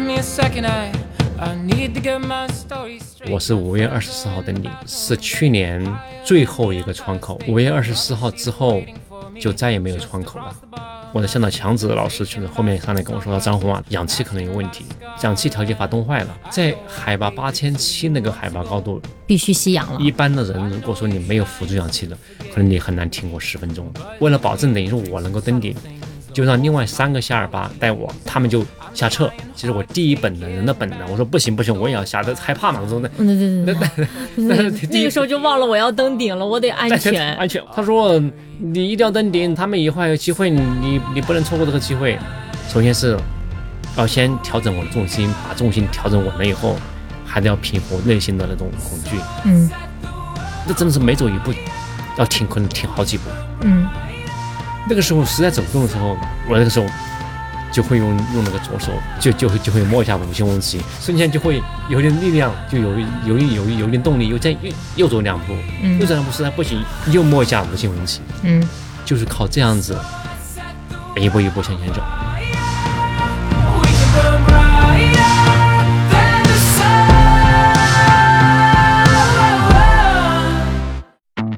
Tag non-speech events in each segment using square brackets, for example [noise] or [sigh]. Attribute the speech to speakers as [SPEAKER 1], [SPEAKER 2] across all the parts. [SPEAKER 1] me a second, I I need to get my story straight.
[SPEAKER 2] 我是五月二十四号的你，是去年最后一个窗口。五月二十四号之后就再也没有窗口了。我的向导强子老师就是后面上来跟我说到张红啊，氧气可能有问题，氧气调节阀冻坏了，在海拔八千七那个海拔高度，
[SPEAKER 3] 必须吸氧了。
[SPEAKER 2] 一般的人如果说你没有辅助氧气的，可能你很难挺过十分钟。为了保证等于说我能够登顶，就让另外三个夏尔巴带我，他们就下撤。其实我第一本能人的本能，我说不行不行，我也要下，这害怕嘛。我说那
[SPEAKER 3] 嗯，对对对
[SPEAKER 2] 那 [laughs]
[SPEAKER 3] 对对，那个时候就忘了我要登顶了，我得安全。
[SPEAKER 2] 安全。他说你一定要登顶，他们以后还有机会，你你不能错过这个机会。首先是要先调整我的重心，把重心调整稳了以后，还得要平复内心的那种恐惧。
[SPEAKER 3] 嗯
[SPEAKER 2] 那真的是每走一步要停，可能停好几步。
[SPEAKER 3] 嗯
[SPEAKER 2] 那个时候实在走不动的时候，我那个时候就会用用那个左手，就就会就会摸一下五星红旗，瞬间就会有点力量，就有有有有有点动力，又再又又走两步，
[SPEAKER 3] 嗯
[SPEAKER 2] 又走两步实在不行，又摸一下五星红旗，
[SPEAKER 3] 嗯，
[SPEAKER 2] 就是靠这样子一步一步向前走。
[SPEAKER 1] We can burn brighter than the sun.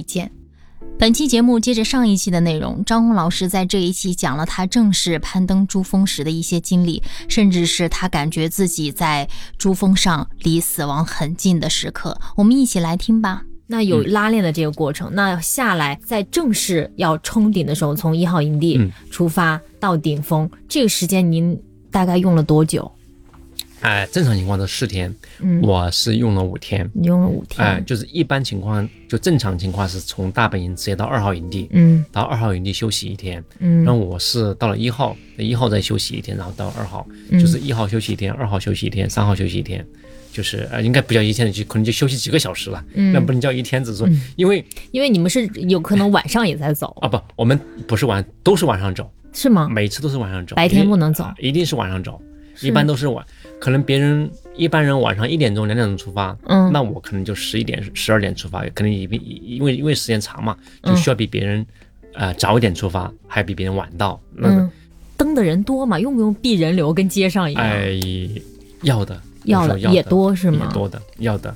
[SPEAKER 3] 见。
[SPEAKER 4] 本期节目接着上一期的内容，张红老师在这一期讲了他正式攀登珠峰时的一些经历，甚至是他感觉自己在珠峰上离死亡很近的时刻。我们一起来听吧。
[SPEAKER 3] 那有拉练的这个过程，那下来在正式要冲顶的时候，从一号营地
[SPEAKER 2] 嗯
[SPEAKER 3] 出发到顶峰，这个时间您大概用了多久？
[SPEAKER 2] 哎、正常情况是四天，
[SPEAKER 3] 嗯
[SPEAKER 2] 我是用了五天。
[SPEAKER 3] 你用了五天。
[SPEAKER 2] 哎、就是一般情况，就正常情况是从大本营直接到二号营地，
[SPEAKER 3] 嗯
[SPEAKER 2] 到二号营地休息一天，
[SPEAKER 3] 嗯
[SPEAKER 2] 然后我是到了一号，一号再休息一天，然后到二号，
[SPEAKER 3] 嗯
[SPEAKER 2] 就是一号休息一天，二号休息一天，三号休息一天，就是呃，应该不叫一天，就可能就休息几个小时了，
[SPEAKER 3] 嗯
[SPEAKER 2] 那不能叫一天只说，因为
[SPEAKER 3] 因为你们是有可能晚上也在走，
[SPEAKER 2] 啊不，我们不是晚都是晚上走，
[SPEAKER 3] 是吗？
[SPEAKER 2] 每次都是晚上走，
[SPEAKER 3] 白天不能走
[SPEAKER 2] 一定，一定是晚上走，一般都是晚，可能别人一般人晚上一点钟两点钟出发，
[SPEAKER 3] 嗯
[SPEAKER 2] 那我可能就十一点十二点出发，可能也比因为因为时间长嘛，就需要比别人、呃早一点出发，还比别人晚到，那。
[SPEAKER 3] 嗯，登的人多嘛，用不用避人流，跟街上一样？
[SPEAKER 2] 哎，要的，
[SPEAKER 3] 要
[SPEAKER 2] 有时候
[SPEAKER 3] 的
[SPEAKER 2] 要
[SPEAKER 3] 也多是吗
[SPEAKER 2] 也多的，要的。
[SPEAKER 3] 哦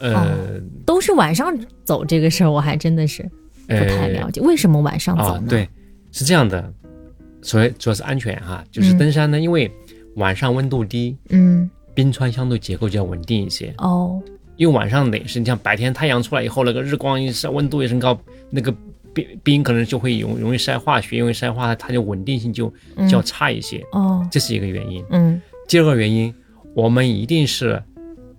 [SPEAKER 2] 呃，
[SPEAKER 3] 都是晚上走这个事儿，我还真的是不太了解，为什么晚上
[SPEAKER 2] 呃啊、
[SPEAKER 3] 走呢？
[SPEAKER 2] 哎对，是这样的，所以主要是安全哈，就是登山呢，因为晚上温度低，
[SPEAKER 3] 嗯，
[SPEAKER 2] 冰川相对结构就要稳定一些，
[SPEAKER 3] 哦，
[SPEAKER 2] 因为晚上得是你像白天太阳出来以后，那个日光一晒，温度一升高，那个冰冰可能就会容容易晒化学，因为晒化它就稳定性就就要差一些，
[SPEAKER 3] 哦，
[SPEAKER 2] 这是一个原因。
[SPEAKER 3] 嗯
[SPEAKER 2] 第二个原因，我们一定是，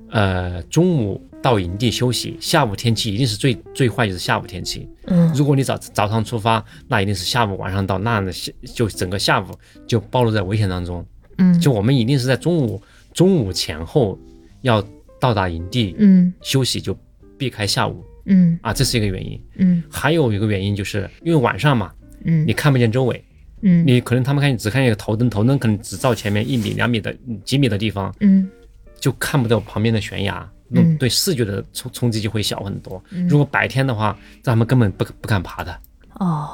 [SPEAKER 2] 呃，中午到营地休息，下午天气一定是最最坏就是下午天气。
[SPEAKER 3] 嗯
[SPEAKER 2] 如果你早早上出发，那一定是下午晚上到，那呢就整个下午就暴露在危险当中。
[SPEAKER 3] 嗯
[SPEAKER 2] 就我们一定是在中午中午前后要到达营地
[SPEAKER 3] 嗯
[SPEAKER 2] 休息，就避开下午
[SPEAKER 3] 嗯
[SPEAKER 2] 啊，这是一个原因。
[SPEAKER 3] 嗯
[SPEAKER 2] 还有一个原因就是因为晚上嘛，
[SPEAKER 3] 嗯
[SPEAKER 2] 你看不见周围，
[SPEAKER 3] 嗯
[SPEAKER 2] 你可能他们看你只看见一个头灯，头灯可能只照前面一米、两米的几米的地方，
[SPEAKER 3] 嗯
[SPEAKER 2] 就看不到旁边的悬崖，那
[SPEAKER 3] 嗯
[SPEAKER 2] 种对视觉的冲冲击就会小很多。如果白天的话，这他们根本不不敢爬的。
[SPEAKER 3] 哦，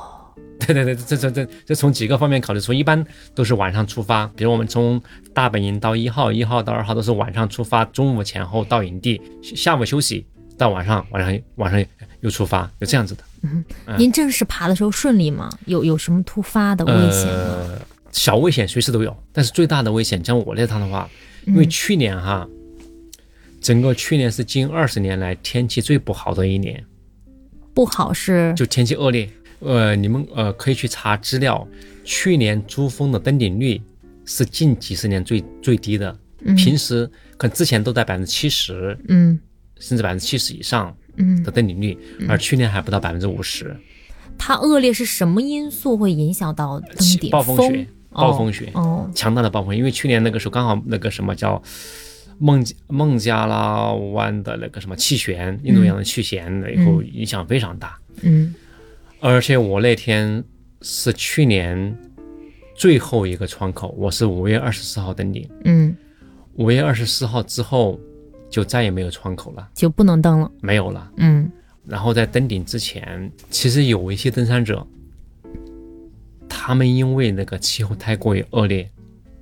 [SPEAKER 2] 对 [laughs] 对对，这这这这从几个方面考虑，从一般都是晚上出发，比如我们从大本营到一号，一号到二号都是晚上出发，中午前后到营地，下午休息，到晚上晚上晚上又出发，就这样子的。
[SPEAKER 3] 您正式爬的时候顺利吗？有有什么突发的危险吗？
[SPEAKER 2] 呃，小危险随时都有，但是最大的危险，像我那趟的话，因为去年哈，整个去年是近二十年来天气最不好的一年，
[SPEAKER 3] 不好是
[SPEAKER 2] 就天气恶劣。呃，你们呃可以去查资料，去年珠峰的登顶率是近几十年最最低的，平时可能之前都在百分之七十
[SPEAKER 4] 嗯
[SPEAKER 2] 甚至百分之七十以上
[SPEAKER 4] 嗯
[SPEAKER 2] 的，登顶率，而去年还不到百分之五十，
[SPEAKER 4] 它恶劣是什么因素会影响到登顶？
[SPEAKER 2] 暴风雪，暴风雪，
[SPEAKER 4] 哦，
[SPEAKER 2] 强大的暴风，因为去年那个时候刚好那个什么叫孟加孟加拉湾的那个什么气旋，印度洋的气旋了以后影响非常大，
[SPEAKER 4] 嗯
[SPEAKER 2] 而且我那天是去年最后一个窗口，我是五月二十四号登顶，
[SPEAKER 4] 嗯，
[SPEAKER 2] 五月二十四号之后就再也没有窗口了，
[SPEAKER 4] 就不能登了。
[SPEAKER 2] 没有了。
[SPEAKER 4] 嗯
[SPEAKER 2] 然后在登顶之前，其实有一些登山者，他们因为那个气候太过于恶劣，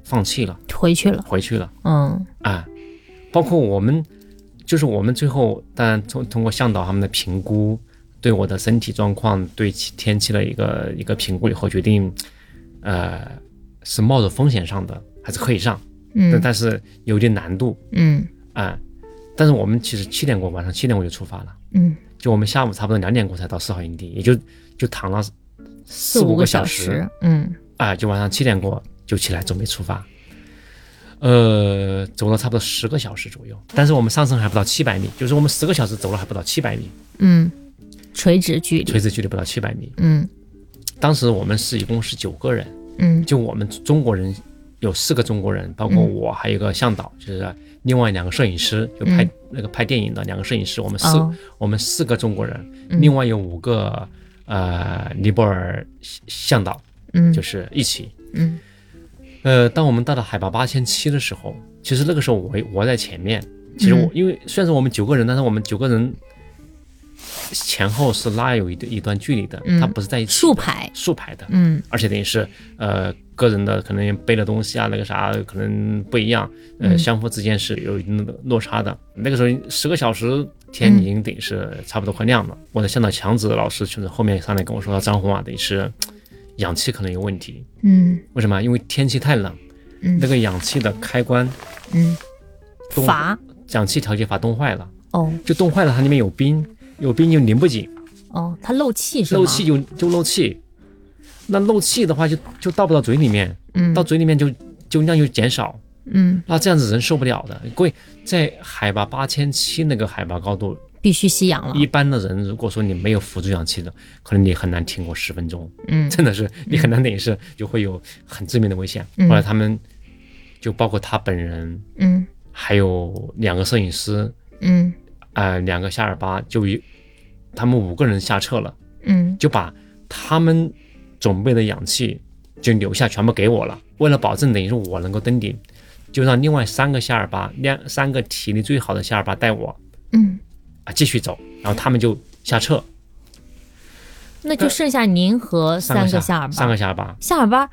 [SPEAKER 2] 放弃了，
[SPEAKER 4] 回去了。
[SPEAKER 2] 回去了。
[SPEAKER 4] 嗯
[SPEAKER 2] 啊，包括我们，就是我们最后当然通通过向导他们的评估，对我的身体状况、对其天气的一个一个评估以后，决定，呃，是冒着风险上的，还是可以上，但
[SPEAKER 4] 嗯
[SPEAKER 2] 但是有点难度
[SPEAKER 4] 嗯
[SPEAKER 2] 啊。但是我们其实七点过，晚上七点过就出发了，
[SPEAKER 4] 嗯，
[SPEAKER 2] 就我们下午差不多两点过才到四号营地，也就就躺了四
[SPEAKER 4] 五
[SPEAKER 2] 个
[SPEAKER 4] 小
[SPEAKER 2] 时，。
[SPEAKER 4] 嗯
[SPEAKER 2] 啊，就晚上七点过就起来准备出发，呃，走了差不多十个小时左右，但是我们上升还不到七百米，就是我们十个小时走了还不到七百米，
[SPEAKER 4] 嗯，垂直距离。
[SPEAKER 2] 垂直距离不到七百米。
[SPEAKER 4] 嗯
[SPEAKER 2] 当时我们是一共是九个人，
[SPEAKER 4] 嗯
[SPEAKER 2] 就我们中国人有四个中国人，包括我，还有一个向导，就是另外两个摄影师，就拍、
[SPEAKER 4] 嗯
[SPEAKER 2] 那个拍电影的两个摄影师，我们四、
[SPEAKER 4] 哦
[SPEAKER 2] 我们四个中国人，
[SPEAKER 4] 嗯
[SPEAKER 2] 另外有五个呃尼泊尔向导，
[SPEAKER 4] 嗯
[SPEAKER 2] 就是一起。
[SPEAKER 4] 嗯
[SPEAKER 2] 呃，当我们到了海拔八千七的时候，其实那个时候我我在前面。其实我、
[SPEAKER 4] 嗯
[SPEAKER 2] 因为虽然说我们九个人，但是我们九个人前后是拉有一段一段距离的，
[SPEAKER 4] 嗯
[SPEAKER 2] 它不是在一起
[SPEAKER 4] 竖排。
[SPEAKER 2] 竖排的，
[SPEAKER 4] 嗯
[SPEAKER 2] 而且等于是呃个人的可能背的东西啊，那个啥可能不一样，呃，
[SPEAKER 4] 嗯
[SPEAKER 2] 相互之间是有一定的落差的。那个时候十个小时
[SPEAKER 4] 嗯
[SPEAKER 2] 天已经等于是差不多快亮了。我的向导强子老师就是后面上来跟我说，张红啊，等于是氧气可能有问题，
[SPEAKER 4] 嗯
[SPEAKER 2] 为什么？因为天气太冷，
[SPEAKER 4] 嗯
[SPEAKER 2] 那个氧气的开关，
[SPEAKER 4] 嗯，
[SPEAKER 2] 冻
[SPEAKER 4] 阀
[SPEAKER 2] 氧气调节阀冻坏了，
[SPEAKER 4] 哦
[SPEAKER 2] 就冻坏了，它里面有冰，有冰就拧不紧，
[SPEAKER 4] 哦，它漏气是吗？
[SPEAKER 2] 漏气。就就漏气，那漏气的话就就到不到嘴里面，
[SPEAKER 4] 嗯
[SPEAKER 2] 到嘴里面就就量就减少，
[SPEAKER 4] 嗯，
[SPEAKER 2] 那这样子人受不了的。因为在海拔八千七那个海拔高度，
[SPEAKER 4] 必须吸氧了。
[SPEAKER 2] 一般的人如果说你没有辅助氧气的，可能你很难挺过十分钟。
[SPEAKER 4] 嗯
[SPEAKER 2] 真的是你很难等于是就会有很致命的危险。
[SPEAKER 4] 嗯
[SPEAKER 2] 后来他们就包括他本人，
[SPEAKER 4] 嗯
[SPEAKER 2] 还有两个摄影师，
[SPEAKER 4] 嗯
[SPEAKER 2] 呃，两个夏尔巴，就一他们五个人下撤了，
[SPEAKER 4] 嗯
[SPEAKER 2] 就把他们准备的氧气就留下，全部给我了。为了保证等于是我能够登顶，就让另外三个夏尔巴，两三个体力最好的夏尔巴带我
[SPEAKER 4] 嗯，
[SPEAKER 2] 啊继续走，然后他们就下撤，
[SPEAKER 4] 那就剩下您和
[SPEAKER 2] 三
[SPEAKER 4] 三个夏
[SPEAKER 2] 夏
[SPEAKER 4] 尔巴。
[SPEAKER 2] 三个夏尔巴，
[SPEAKER 4] 夏尔巴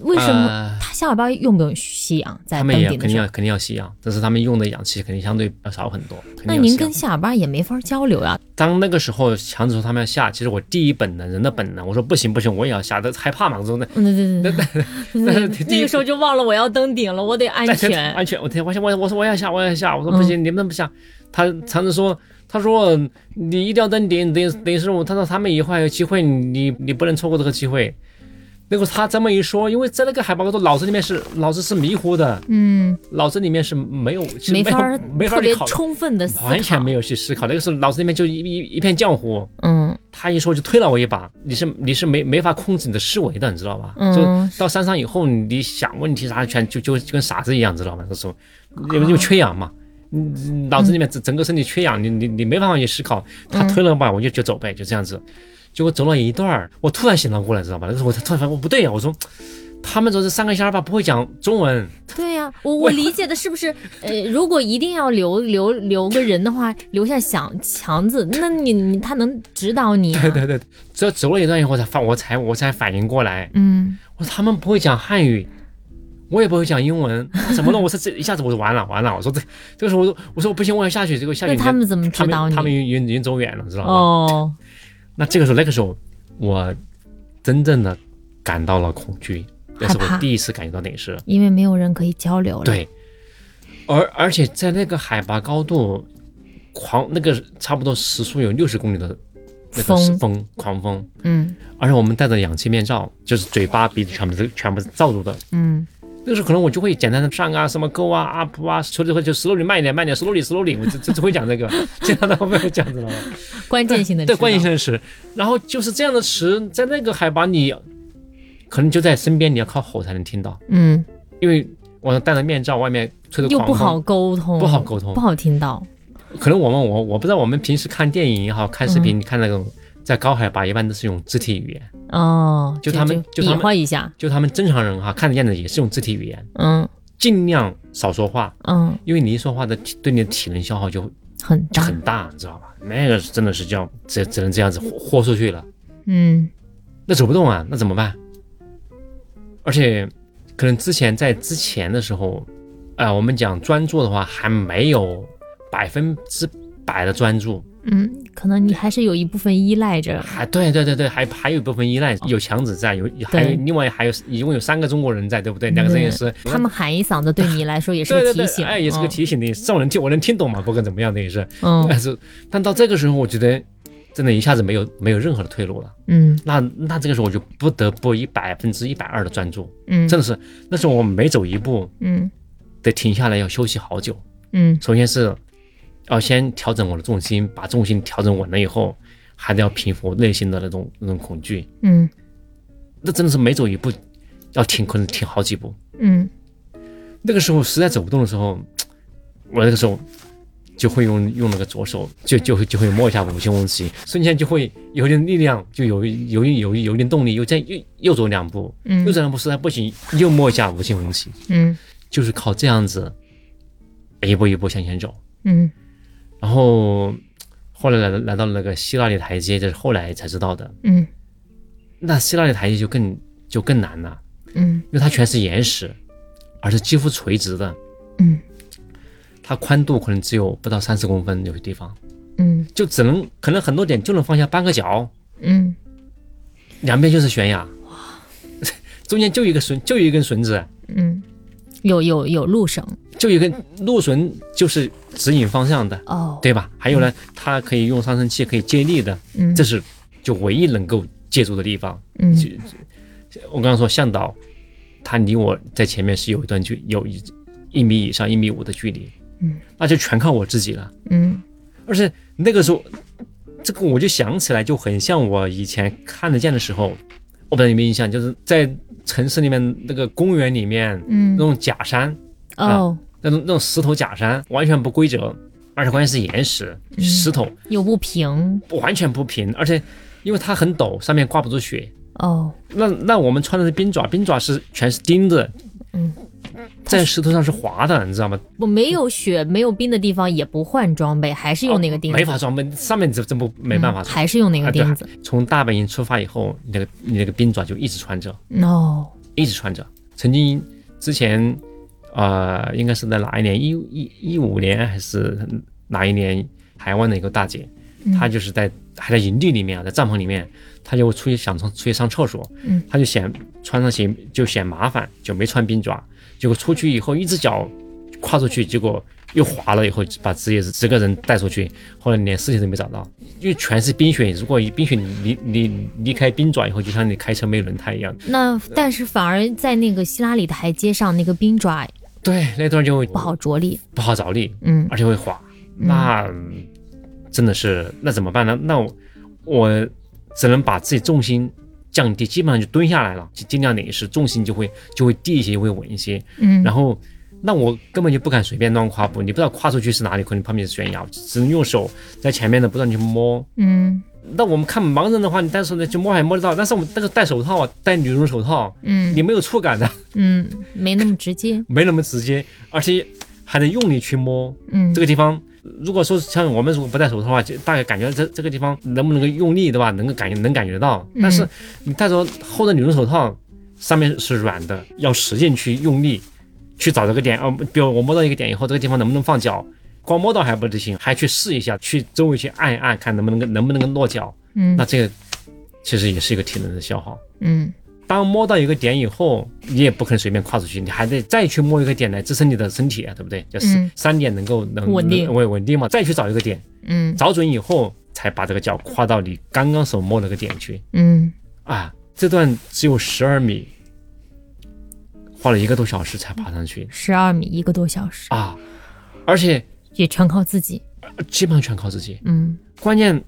[SPEAKER 4] 为什么
[SPEAKER 2] 呃
[SPEAKER 4] 他夏尔巴用不用吸氧在
[SPEAKER 2] 他
[SPEAKER 4] 登
[SPEAKER 2] 们也
[SPEAKER 4] 顶
[SPEAKER 2] 肯
[SPEAKER 4] 的
[SPEAKER 2] 定
[SPEAKER 4] 时候
[SPEAKER 2] 要？肯定要吸氧，但是他们用的氧气肯定相对要少很多。肯定
[SPEAKER 4] 那
[SPEAKER 2] 要
[SPEAKER 4] 您
[SPEAKER 2] 吸
[SPEAKER 4] 跟
[SPEAKER 2] 氧
[SPEAKER 4] 夏尔巴也没法交流呀、
[SPEAKER 2] 当那个时候强子说他们要下，其实我第一本能人的本能，我说不行不行，我也要下，但是害怕嘛，我说那
[SPEAKER 4] 嗯，对对对
[SPEAKER 2] 那 [laughs] 哎
[SPEAKER 4] 对对， [laughs] 那个时候就忘了我要登顶了，我得安
[SPEAKER 2] 但是
[SPEAKER 4] 全。嗯
[SPEAKER 2] 安全，我天，我想我我说我要下我要下，我说不行，你们不下。他强子说他说你一定要登顶，等于等于是我，他说他们以后还有机会，你你不能错过这个机会。那个他这么一说，因为在那个海拔高度，脑子里面是脑子是迷糊的，
[SPEAKER 4] 嗯，
[SPEAKER 2] 脑子里面是没有是
[SPEAKER 4] 没
[SPEAKER 2] 没有
[SPEAKER 4] 法
[SPEAKER 2] 没法
[SPEAKER 4] 特别
[SPEAKER 2] 考虑
[SPEAKER 4] 充分的思考，
[SPEAKER 2] 完全没有去思考，那个时候脑子里面就一一一片浆糊。
[SPEAKER 4] 嗯
[SPEAKER 2] 他一说就推了我一把，你是你是没没法控制你的思维的，你知道吧？
[SPEAKER 4] 嗯
[SPEAKER 2] 就到山上以后，你想问题啥全就就就跟傻子一样，知道吗？那时候因为因为缺氧嘛，嗯脑子里面整整个身体缺氧，你你你没办法去思考。他推了我一把，我就就走呗，就这样子。结果走了一段儿，我突然醒了过来，知道吧？那时候我突然发现我不对啊呀、我说他们说这三个乡巴不会讲中文，
[SPEAKER 4] 对
[SPEAKER 2] [laughs]
[SPEAKER 4] 呀、我我理解的是不是？呃，如果一定要留留留个人的话，留下想强子，那你你他能指导你、啊。
[SPEAKER 2] 对对对，只有走了一段以后才反，我才我才反应过来，
[SPEAKER 4] 嗯
[SPEAKER 2] 我说他们不会讲汉语，我也不会讲英文，怎么弄？我
[SPEAKER 4] [laughs]
[SPEAKER 2] 说这一下子我就完了完了，我说这这个时候我说我说我不行，我要下去，结果下去
[SPEAKER 4] 那他们怎么
[SPEAKER 2] 他
[SPEAKER 4] 指导
[SPEAKER 2] 们
[SPEAKER 4] 你
[SPEAKER 2] 他们已经已经已经走远了，知道吗？
[SPEAKER 4] 哦，
[SPEAKER 2] 那这个时候那个时候我真正的感到了恐惧，那是
[SPEAKER 4] 害怕
[SPEAKER 2] 我第一次感觉到那
[SPEAKER 4] [laughs]
[SPEAKER 2] 是
[SPEAKER 4] 因为没有人可以交流了。，
[SPEAKER 2] 对，而而且在那个海拔高度。狂那个差不多时速有六十公里的那个是
[SPEAKER 4] 风
[SPEAKER 2] 风狂风，
[SPEAKER 4] 嗯
[SPEAKER 2] 而且我们戴着氧气面罩，就是嘴巴、鼻子全部都全部是罩住的。
[SPEAKER 4] 嗯
[SPEAKER 2] 那个时候可能我就会简单的上啊、什么 go 啊、up 啊，说着说就 slowly 慢一点、慢一点，slowly slowly，我只只只会讲这 [laughs] 个，其他的我不会讲，知道吗？
[SPEAKER 4] 关键性的
[SPEAKER 2] 对
[SPEAKER 4] 指
[SPEAKER 2] 关键
[SPEAKER 4] 导
[SPEAKER 2] 性的词，然后就是这样的词，在那个海拔你可能就在身边，你要靠吼才能听到，
[SPEAKER 4] 嗯
[SPEAKER 2] 因为我戴着面罩，外面吹着
[SPEAKER 4] 又
[SPEAKER 2] 狂
[SPEAKER 4] 不
[SPEAKER 2] 风，
[SPEAKER 4] 好沟通，
[SPEAKER 2] 不好沟通
[SPEAKER 4] 不好听到，
[SPEAKER 2] 可能我们我我不知道，我们平时看电影也好看视频，看那种在高海拔，一般都是用肢体语言，
[SPEAKER 4] 哦，
[SPEAKER 2] 就他们
[SPEAKER 4] 就
[SPEAKER 2] 就他
[SPEAKER 4] 比
[SPEAKER 2] 们
[SPEAKER 4] 划一下，
[SPEAKER 2] 就他们正常人哈看得见的也是用肢体语言，
[SPEAKER 4] 嗯
[SPEAKER 2] 尽量少说话，
[SPEAKER 4] 嗯，
[SPEAKER 2] 因为你一说话的体对你的体能消耗就
[SPEAKER 4] 很大，
[SPEAKER 2] 很大，你知道吧？那个是真的是叫只只能这样子豁豁出去了，
[SPEAKER 4] 嗯
[SPEAKER 2] 那走不动啊，那怎么办？而且可能之前在之前的时候，啊、我们讲专注的话还没有百分之百的专注，
[SPEAKER 4] 嗯，可能你还是有一部分依赖着，
[SPEAKER 2] 还对对对对，还还有一部分依赖，有强子在，有还有
[SPEAKER 4] 哦对
[SPEAKER 2] 另外还有一共有三个中国人在，对不对？两个摄影师，
[SPEAKER 4] 他们喊一嗓子对你来说也是
[SPEAKER 2] 对
[SPEAKER 4] 个
[SPEAKER 2] 嗯对
[SPEAKER 4] 提
[SPEAKER 2] 对，
[SPEAKER 4] 醒，
[SPEAKER 2] 哎，也是个
[SPEAKER 4] 嗯
[SPEAKER 2] 提醒的意思，这我能听，我能听懂嘛？不管怎么样的也是，
[SPEAKER 4] 嗯
[SPEAKER 2] 但是但到这个时候，我觉得真的一下子没有没有任何的退路了。
[SPEAKER 4] 嗯
[SPEAKER 2] 那那这个时候我就不得不以百分之一百二的专注，
[SPEAKER 4] 嗯，
[SPEAKER 2] 真的是那时候我每走一步
[SPEAKER 4] 嗯
[SPEAKER 2] 得停下来要休息好久。
[SPEAKER 4] 嗯
[SPEAKER 2] 首先是要先调整我的重心，把重心调整稳了以后，还得要平复内心的那种那种恐惧。
[SPEAKER 4] 嗯
[SPEAKER 2] 那真的是每走一步要停，可能停好几步。
[SPEAKER 4] 嗯
[SPEAKER 2] 那个时候实在走不动的时候，我那个时候就会用用那个左手，就就会就会摸一下五星红旗，瞬间就会有点力量，就有一有一有一有一点动力，又再又又走两步，
[SPEAKER 4] 嗯
[SPEAKER 2] 又走两步实在不行，又摸一下五星红旗，
[SPEAKER 4] 嗯
[SPEAKER 2] 就是靠这样子一步一步向前走。
[SPEAKER 4] 嗯
[SPEAKER 2] 然后后来来来到了那个希腊的台阶，这是后来才知道的。
[SPEAKER 4] 嗯
[SPEAKER 2] 那希腊的台阶就更就更难了，
[SPEAKER 4] 嗯
[SPEAKER 2] 因为它全是岩石，而是几乎垂直的。
[SPEAKER 4] 嗯
[SPEAKER 2] 它宽度可能只有不到三十公分，有些地方
[SPEAKER 4] 嗯
[SPEAKER 2] 就只能可能很多点就能放下半个脚，
[SPEAKER 4] 嗯，
[SPEAKER 2] 两边就是悬崖， [laughs] 中间就一个绳，就一根绳子，
[SPEAKER 4] 嗯，有有有路绳
[SPEAKER 2] 就一根路绳，就是指引方向的，
[SPEAKER 4] 哦，
[SPEAKER 2] 对吧？还有呢，它可以用上升器，可以借力的，
[SPEAKER 4] 嗯，
[SPEAKER 2] 这是就唯一能够借助的地方。
[SPEAKER 4] 嗯
[SPEAKER 2] 就我刚刚说向导，他离我在前面是有一段距，有一一米以上一米五的距离，
[SPEAKER 4] 嗯，
[SPEAKER 2] 那就全靠我自己了。
[SPEAKER 4] 嗯
[SPEAKER 2] 而且那个时候，这个我就想起来，就很像我以前看得见的时候，我不知道有没有印象，就是在城市里面那个公园里面那
[SPEAKER 4] 嗯
[SPEAKER 2] 种假山，
[SPEAKER 4] 哦，
[SPEAKER 2] 那种那种石头假山，完全不规则，而且关键是岩石、
[SPEAKER 4] 嗯
[SPEAKER 2] 石头，
[SPEAKER 4] 有不平
[SPEAKER 2] 完全不平，而且因为它很陡，上面挂不住雪。
[SPEAKER 4] 哦，
[SPEAKER 2] 那那我们穿的是冰爪，冰爪是全是钉子，
[SPEAKER 4] 嗯，
[SPEAKER 2] 在石头上是滑的，你知道吗？
[SPEAKER 4] 我没有雪没有冰的地方也不换装备，还是用那个钉子，
[SPEAKER 2] 哦没法装备，上面这这不没办
[SPEAKER 4] 嗯
[SPEAKER 2] 法装。
[SPEAKER 4] 还是用那
[SPEAKER 2] 啊
[SPEAKER 4] 个
[SPEAKER 2] 对
[SPEAKER 4] 钉子
[SPEAKER 2] 从大本营出发以后，你那个你那个冰爪就一直穿着，
[SPEAKER 4] 哦，
[SPEAKER 2] 一直穿着。曾经之前，呃，应该是在哪一年？一一一五年还是哪一年？台湾的一个大姐，她就是在还在营地里面啊，在帐篷里面，她就出去想上出去上厕所，
[SPEAKER 4] 嗯
[SPEAKER 2] 她就嫌穿上鞋就嫌麻烦，就没穿冰爪。结果出去以后，一只脚跨出去，结果又滑了，以后把自己十个人带出去，后来连尸体都没找到，因为全是冰雪。如果冰雪离离离开冰爪以后，就像你开车没有轮胎一样，
[SPEAKER 4] 那但是反而在那个希拉里台阶上，那个冰爪
[SPEAKER 2] 对，那段就
[SPEAKER 4] 不好着力，
[SPEAKER 2] 不好着力，
[SPEAKER 4] 嗯
[SPEAKER 2] 而且会滑。那嗯真的是，那怎么办呢？那我我只能把自己重心降低，基本上就蹲下来了，就尽量的也是重心就会就会低一些，就会稳一些。
[SPEAKER 4] 嗯
[SPEAKER 2] 然后，那我根本就不敢随便乱跨步，你不知道跨出去是哪里，可能旁边是悬崖，只能用手在前面的不断地去摸。
[SPEAKER 4] 嗯
[SPEAKER 2] 那我们看盲人的话，你单手的去摸还摸得到，但是我们那个戴手套啊，戴羽绒手套，
[SPEAKER 4] 嗯
[SPEAKER 2] 你没有触感的，
[SPEAKER 4] 嗯，没那么直接，
[SPEAKER 2] 没那么直接，而且还得用力去摸。
[SPEAKER 4] 嗯
[SPEAKER 2] 这个地方，如果说像我们如果不戴手套的话，就大概感觉这这个地方能不能够用力，对吧？能够感觉能感觉得到。但是你戴着厚的羽绒手套，上面是软的，要使劲去用力去找这个点。哦，比如我摸到一个点以后，这个地方能不能放脚？光摸到还不行，还去试一下，去周围去按一按，看能不能够能不能够落脚。
[SPEAKER 4] 嗯
[SPEAKER 2] 那这个其实也是一个体能的消耗。
[SPEAKER 4] 嗯
[SPEAKER 2] 当摸到一个点以后，你也不可能随便跨出去，你还得再去摸一个点来支撑你的身体啊，对不对？就是
[SPEAKER 4] 嗯
[SPEAKER 2] 三点能够能
[SPEAKER 4] 稳定
[SPEAKER 2] 稳稳定嘛，再去找一个点，
[SPEAKER 4] 嗯
[SPEAKER 2] 找准以后才把这个脚跨到你刚刚手摸那个点去
[SPEAKER 4] 嗯，
[SPEAKER 2] 啊。这段只有十二米，花了一个多小时才爬上去
[SPEAKER 4] 十二米一个多小时，
[SPEAKER 2] 啊，而且
[SPEAKER 4] 也全靠自己。
[SPEAKER 2] 基本上全靠自己。
[SPEAKER 4] 嗯
[SPEAKER 2] 关键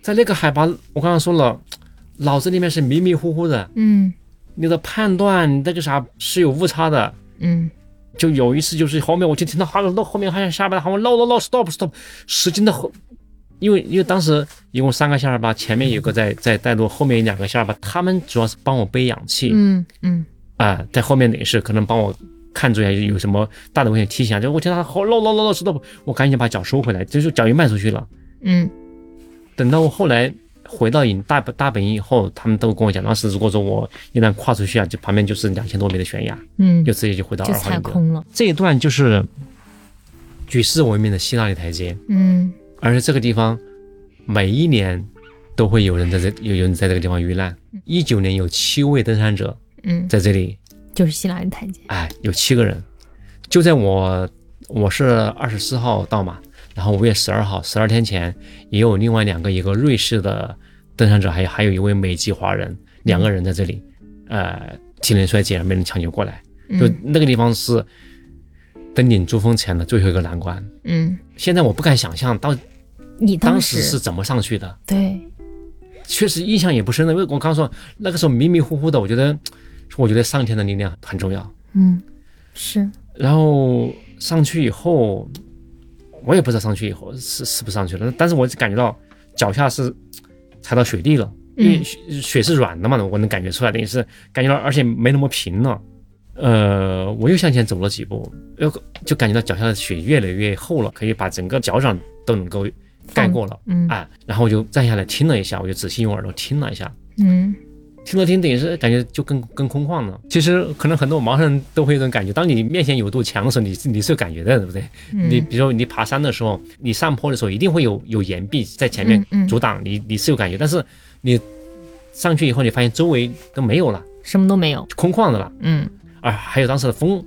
[SPEAKER 2] 在那个海拔，我刚刚说了，脑子里面是迷迷糊糊的，
[SPEAKER 4] 嗯
[SPEAKER 2] 你的判断你那个啥是有误差的。
[SPEAKER 4] 嗯
[SPEAKER 2] 就有一次，就是后面我就听到哈喽到后面还想下巴喊我 no no no stop stop，使劲的后，因为因为当时一共三个下巴，前面有个在在带路，后面有两个下巴，他们主要是帮我背氧气
[SPEAKER 4] 嗯嗯
[SPEAKER 2] 啊、在后面也是可能帮我看出来有什么大的危险提醒啊，就我听到好 no no no no stop，我赶紧把脚收回来，就是脚又迈出去了。
[SPEAKER 4] 嗯
[SPEAKER 2] 等到我后来回到营大本大本营以后，他们都跟我讲，当时如果说我一旦跨出去啊，就旁边就是两千多米的悬崖，
[SPEAKER 4] 嗯，
[SPEAKER 2] 就直接就回到
[SPEAKER 4] 就
[SPEAKER 2] 二号
[SPEAKER 4] 踩
[SPEAKER 2] 营地了。
[SPEAKER 4] 空了。
[SPEAKER 2] 这一段就是举世闻名的希腊礼台阶，
[SPEAKER 4] 嗯
[SPEAKER 2] 而且这个地方每一年都会有人在这有有人在这个地方遇难。一九年有七位登山者
[SPEAKER 4] 嗯，
[SPEAKER 2] 在这里，
[SPEAKER 4] 就是希腊人台阶。
[SPEAKER 2] 哎，有七个人。就在我我是二十四号到嘛，然后五月十二号，十二天前也有另外两个，一个瑞士的登山者，还有还有一位美籍华人，两个人在这里，呃，体能衰竭没人抢救过来。就
[SPEAKER 4] 嗯
[SPEAKER 2] 那个地方是登顶珠峰前的最后一个难关。
[SPEAKER 4] 嗯，
[SPEAKER 2] 现在我不敢想象到
[SPEAKER 4] 你
[SPEAKER 2] 当时
[SPEAKER 4] 时
[SPEAKER 2] 是怎么上去的，
[SPEAKER 4] 对，
[SPEAKER 2] 确实印象也不深了，因为我刚说那个时候迷迷糊糊的，我觉得，我觉得上天的力量很重要。
[SPEAKER 4] 嗯是，
[SPEAKER 2] 然后上去以后，我也不知道上去以后是是不是上去了，但是我只感觉到脚下是踩到雪地了，因为
[SPEAKER 4] 嗯
[SPEAKER 2] 雪雪是软的嘛，我能感觉出来的，也是感觉到，而且没那么平了。呃，我又向前走了几步，又就感觉到脚下的雪越来越厚了，可以把整个脚掌都能够盖过了。
[SPEAKER 4] 嗯
[SPEAKER 2] 啊，然后我就站下来听了一下，我就仔细用耳朵听了一下，
[SPEAKER 4] 嗯
[SPEAKER 2] 听了听，等于是感觉就更更空旷了。其实可能很多盲人都会有一种感觉，当你面前有堵墙的时候，你是你是有感觉的，对不对？
[SPEAKER 4] 嗯，
[SPEAKER 2] 你比如说你爬山的时候，你上坡的时候一定会有有岩壁在前面
[SPEAKER 4] 嗯嗯
[SPEAKER 2] 阻挡，你你是有感觉，但是你上去以后，你发现周围都没有了，
[SPEAKER 4] 什么都没有。
[SPEAKER 2] 空旷的了，
[SPEAKER 4] 嗯
[SPEAKER 2] 啊，还有当时的风，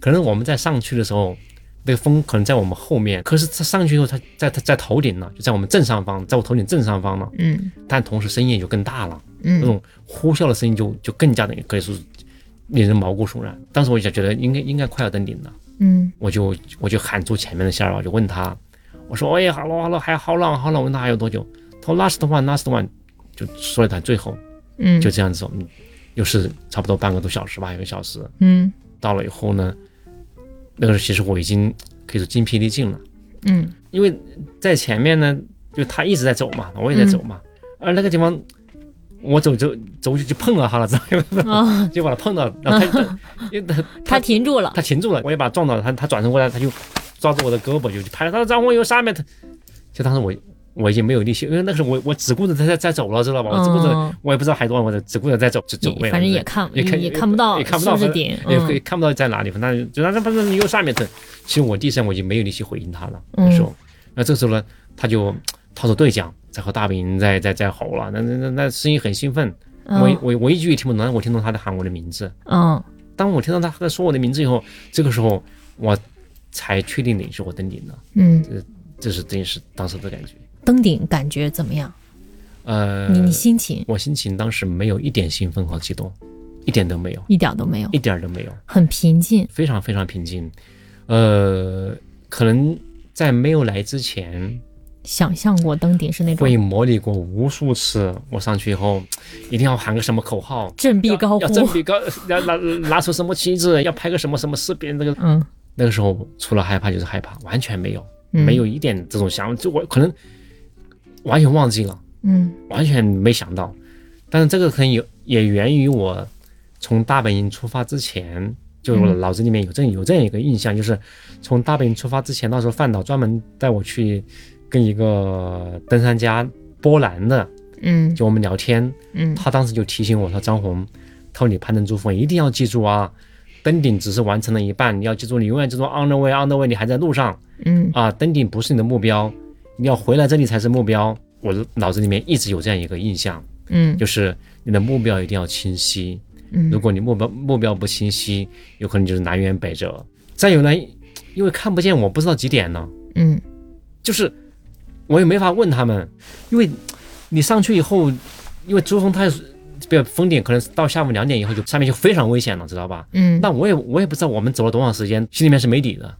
[SPEAKER 2] 可能我们在上去的时候。那个风可能在我们后面，可是它上去以后，它在它在头顶呢，就在我们正上方，在我头顶正上方呢。
[SPEAKER 4] 嗯
[SPEAKER 2] 但同时声音也就更大了，那
[SPEAKER 4] 嗯
[SPEAKER 2] 种呼啸的声音就就更加的可以说是令人毛骨悚然。当时我就觉得应该应该快要登顶了，
[SPEAKER 4] 嗯
[SPEAKER 2] 我就我就喊住前面的夏尔，我就问他，我说：“哎，好了好了，还好冷好冷，问他还有多久？”他说：“last one last one。”就说了一段最后，
[SPEAKER 4] 嗯，
[SPEAKER 2] 就这样子，我们又是差不多半个多小时吧，一个小时
[SPEAKER 4] 嗯
[SPEAKER 2] 到了以后呢，那个时候其实我已经可以说精疲力尽了。
[SPEAKER 4] 嗯
[SPEAKER 2] 因为在前面呢，就他一直在走嘛，我也在走嘛，
[SPEAKER 4] 嗯
[SPEAKER 2] 而那个地方我走走走过去就碰到他了，知道吗？
[SPEAKER 4] 啊，
[SPEAKER 2] [laughs] 就把他碰到了，然后他
[SPEAKER 4] 哦
[SPEAKER 2] 他因为他
[SPEAKER 4] 他停住了。
[SPEAKER 2] 他停住了，我也把他撞到了，他他转身过来，他就抓住我的胳膊就就拍了，他说张红有啥没？他就当时我我已经没有力气，因为那个时候我我只顾着在在在走了，知道吧？我只顾着
[SPEAKER 4] 嗯
[SPEAKER 2] 我也不知道还多少，我只顾着在走就走位了，
[SPEAKER 4] 反正也
[SPEAKER 2] 对
[SPEAKER 4] 看
[SPEAKER 2] 也看
[SPEAKER 4] 也看不到，
[SPEAKER 2] 也看不到
[SPEAKER 4] 是不是
[SPEAKER 2] 反正
[SPEAKER 4] 点？
[SPEAKER 2] 也可以
[SPEAKER 4] 嗯
[SPEAKER 2] 看不到在哪里，反正就那反正你有下面的，其实我第一时间我已经没有力气回应他了，
[SPEAKER 4] 嗯
[SPEAKER 2] 那时候，那这时候呢，他就掏出对讲，在和大本营在在在吼了，那那那那声音很兴奋，我
[SPEAKER 4] 嗯
[SPEAKER 2] 我我一句也听不懂，但是我听懂他在喊我的名字。
[SPEAKER 4] 嗯
[SPEAKER 2] 当我听到他在说我的名字以后，这个时候我才确定你是我登顶了，
[SPEAKER 4] 嗯，
[SPEAKER 2] 这是真是当时的感觉。
[SPEAKER 4] 登顶感觉怎么样？
[SPEAKER 2] 呃，
[SPEAKER 4] 你你心情
[SPEAKER 2] 我心情当时没有一点兴奋和激动，一点都没有，
[SPEAKER 4] 一点都没有
[SPEAKER 2] 一，点儿都没有。
[SPEAKER 4] 很平静。
[SPEAKER 2] 非常非常平静。呃，可能在没有来之前，
[SPEAKER 4] 想象过登顶是那种
[SPEAKER 2] 会模拟过无数次，我上去以后，一定要喊个什么口号，
[SPEAKER 4] 振臂高
[SPEAKER 2] 要振
[SPEAKER 4] 呼，
[SPEAKER 2] 臂高，要拿呃拿出什么旗帜，要拍个什么什么视频。那个
[SPEAKER 4] 嗯
[SPEAKER 2] 那个时候，除了害怕就是害怕，完全没有，
[SPEAKER 4] 嗯
[SPEAKER 2] 没有一点这种想法，就我可能完全忘记了。
[SPEAKER 4] 嗯
[SPEAKER 2] 完全没想到。但是这个可能有也源于我从大本营出发之前，就我脑子里面有这有这样一个印象，就是从大本营出发之前，那时候范导专门带我去跟一个登山家波兰的，
[SPEAKER 4] 嗯
[SPEAKER 2] 就我们聊天，
[SPEAKER 4] 嗯
[SPEAKER 2] 他当时就提醒我说：“张红，他说你攀登珠峰一定要记住啊，登顶只是完成了一半，你要记住，你永远记住 on the way on the way，你还在路上。”
[SPEAKER 4] 嗯
[SPEAKER 2] 啊，登顶不是你的目标，你要回来这里才是目标。我的脑子里面一直有这样一个印象，
[SPEAKER 4] 嗯
[SPEAKER 2] 就是你的目标一定要清晰。
[SPEAKER 4] 嗯
[SPEAKER 2] 如果你目标目标不清晰，有可能就是南辕北辙。再有呢，因为看不见，我不知道几点呢，
[SPEAKER 4] 嗯
[SPEAKER 2] 就是我也没法问他们，因为你上去以后，因为珠峰它是比较峰顶，可能是到下午两点以后就下面就非常危险了，知道吧？
[SPEAKER 4] 嗯，
[SPEAKER 2] 那我也我也不知道我们走了多长时间，心里面是没底的。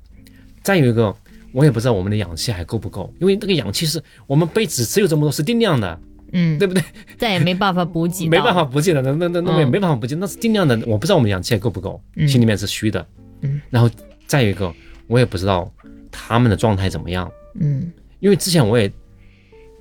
[SPEAKER 2] 再有一个，我也不知道我们的氧气还够不够，因为那个氧气是我们杯子只有这么多，是定量的，
[SPEAKER 4] 嗯，
[SPEAKER 2] 对不对？
[SPEAKER 4] 再也没办法补给，
[SPEAKER 2] 没办法，补给的，那那那那没
[SPEAKER 4] 嗯
[SPEAKER 2] 没办法补给，那是定量的。我不知道我们氧气还够不够，
[SPEAKER 4] 嗯
[SPEAKER 2] 心里面是虚的。
[SPEAKER 4] 嗯，
[SPEAKER 2] 然后再有一个，我也不知道他们的状态怎么样，
[SPEAKER 4] 嗯
[SPEAKER 2] 因为之前我也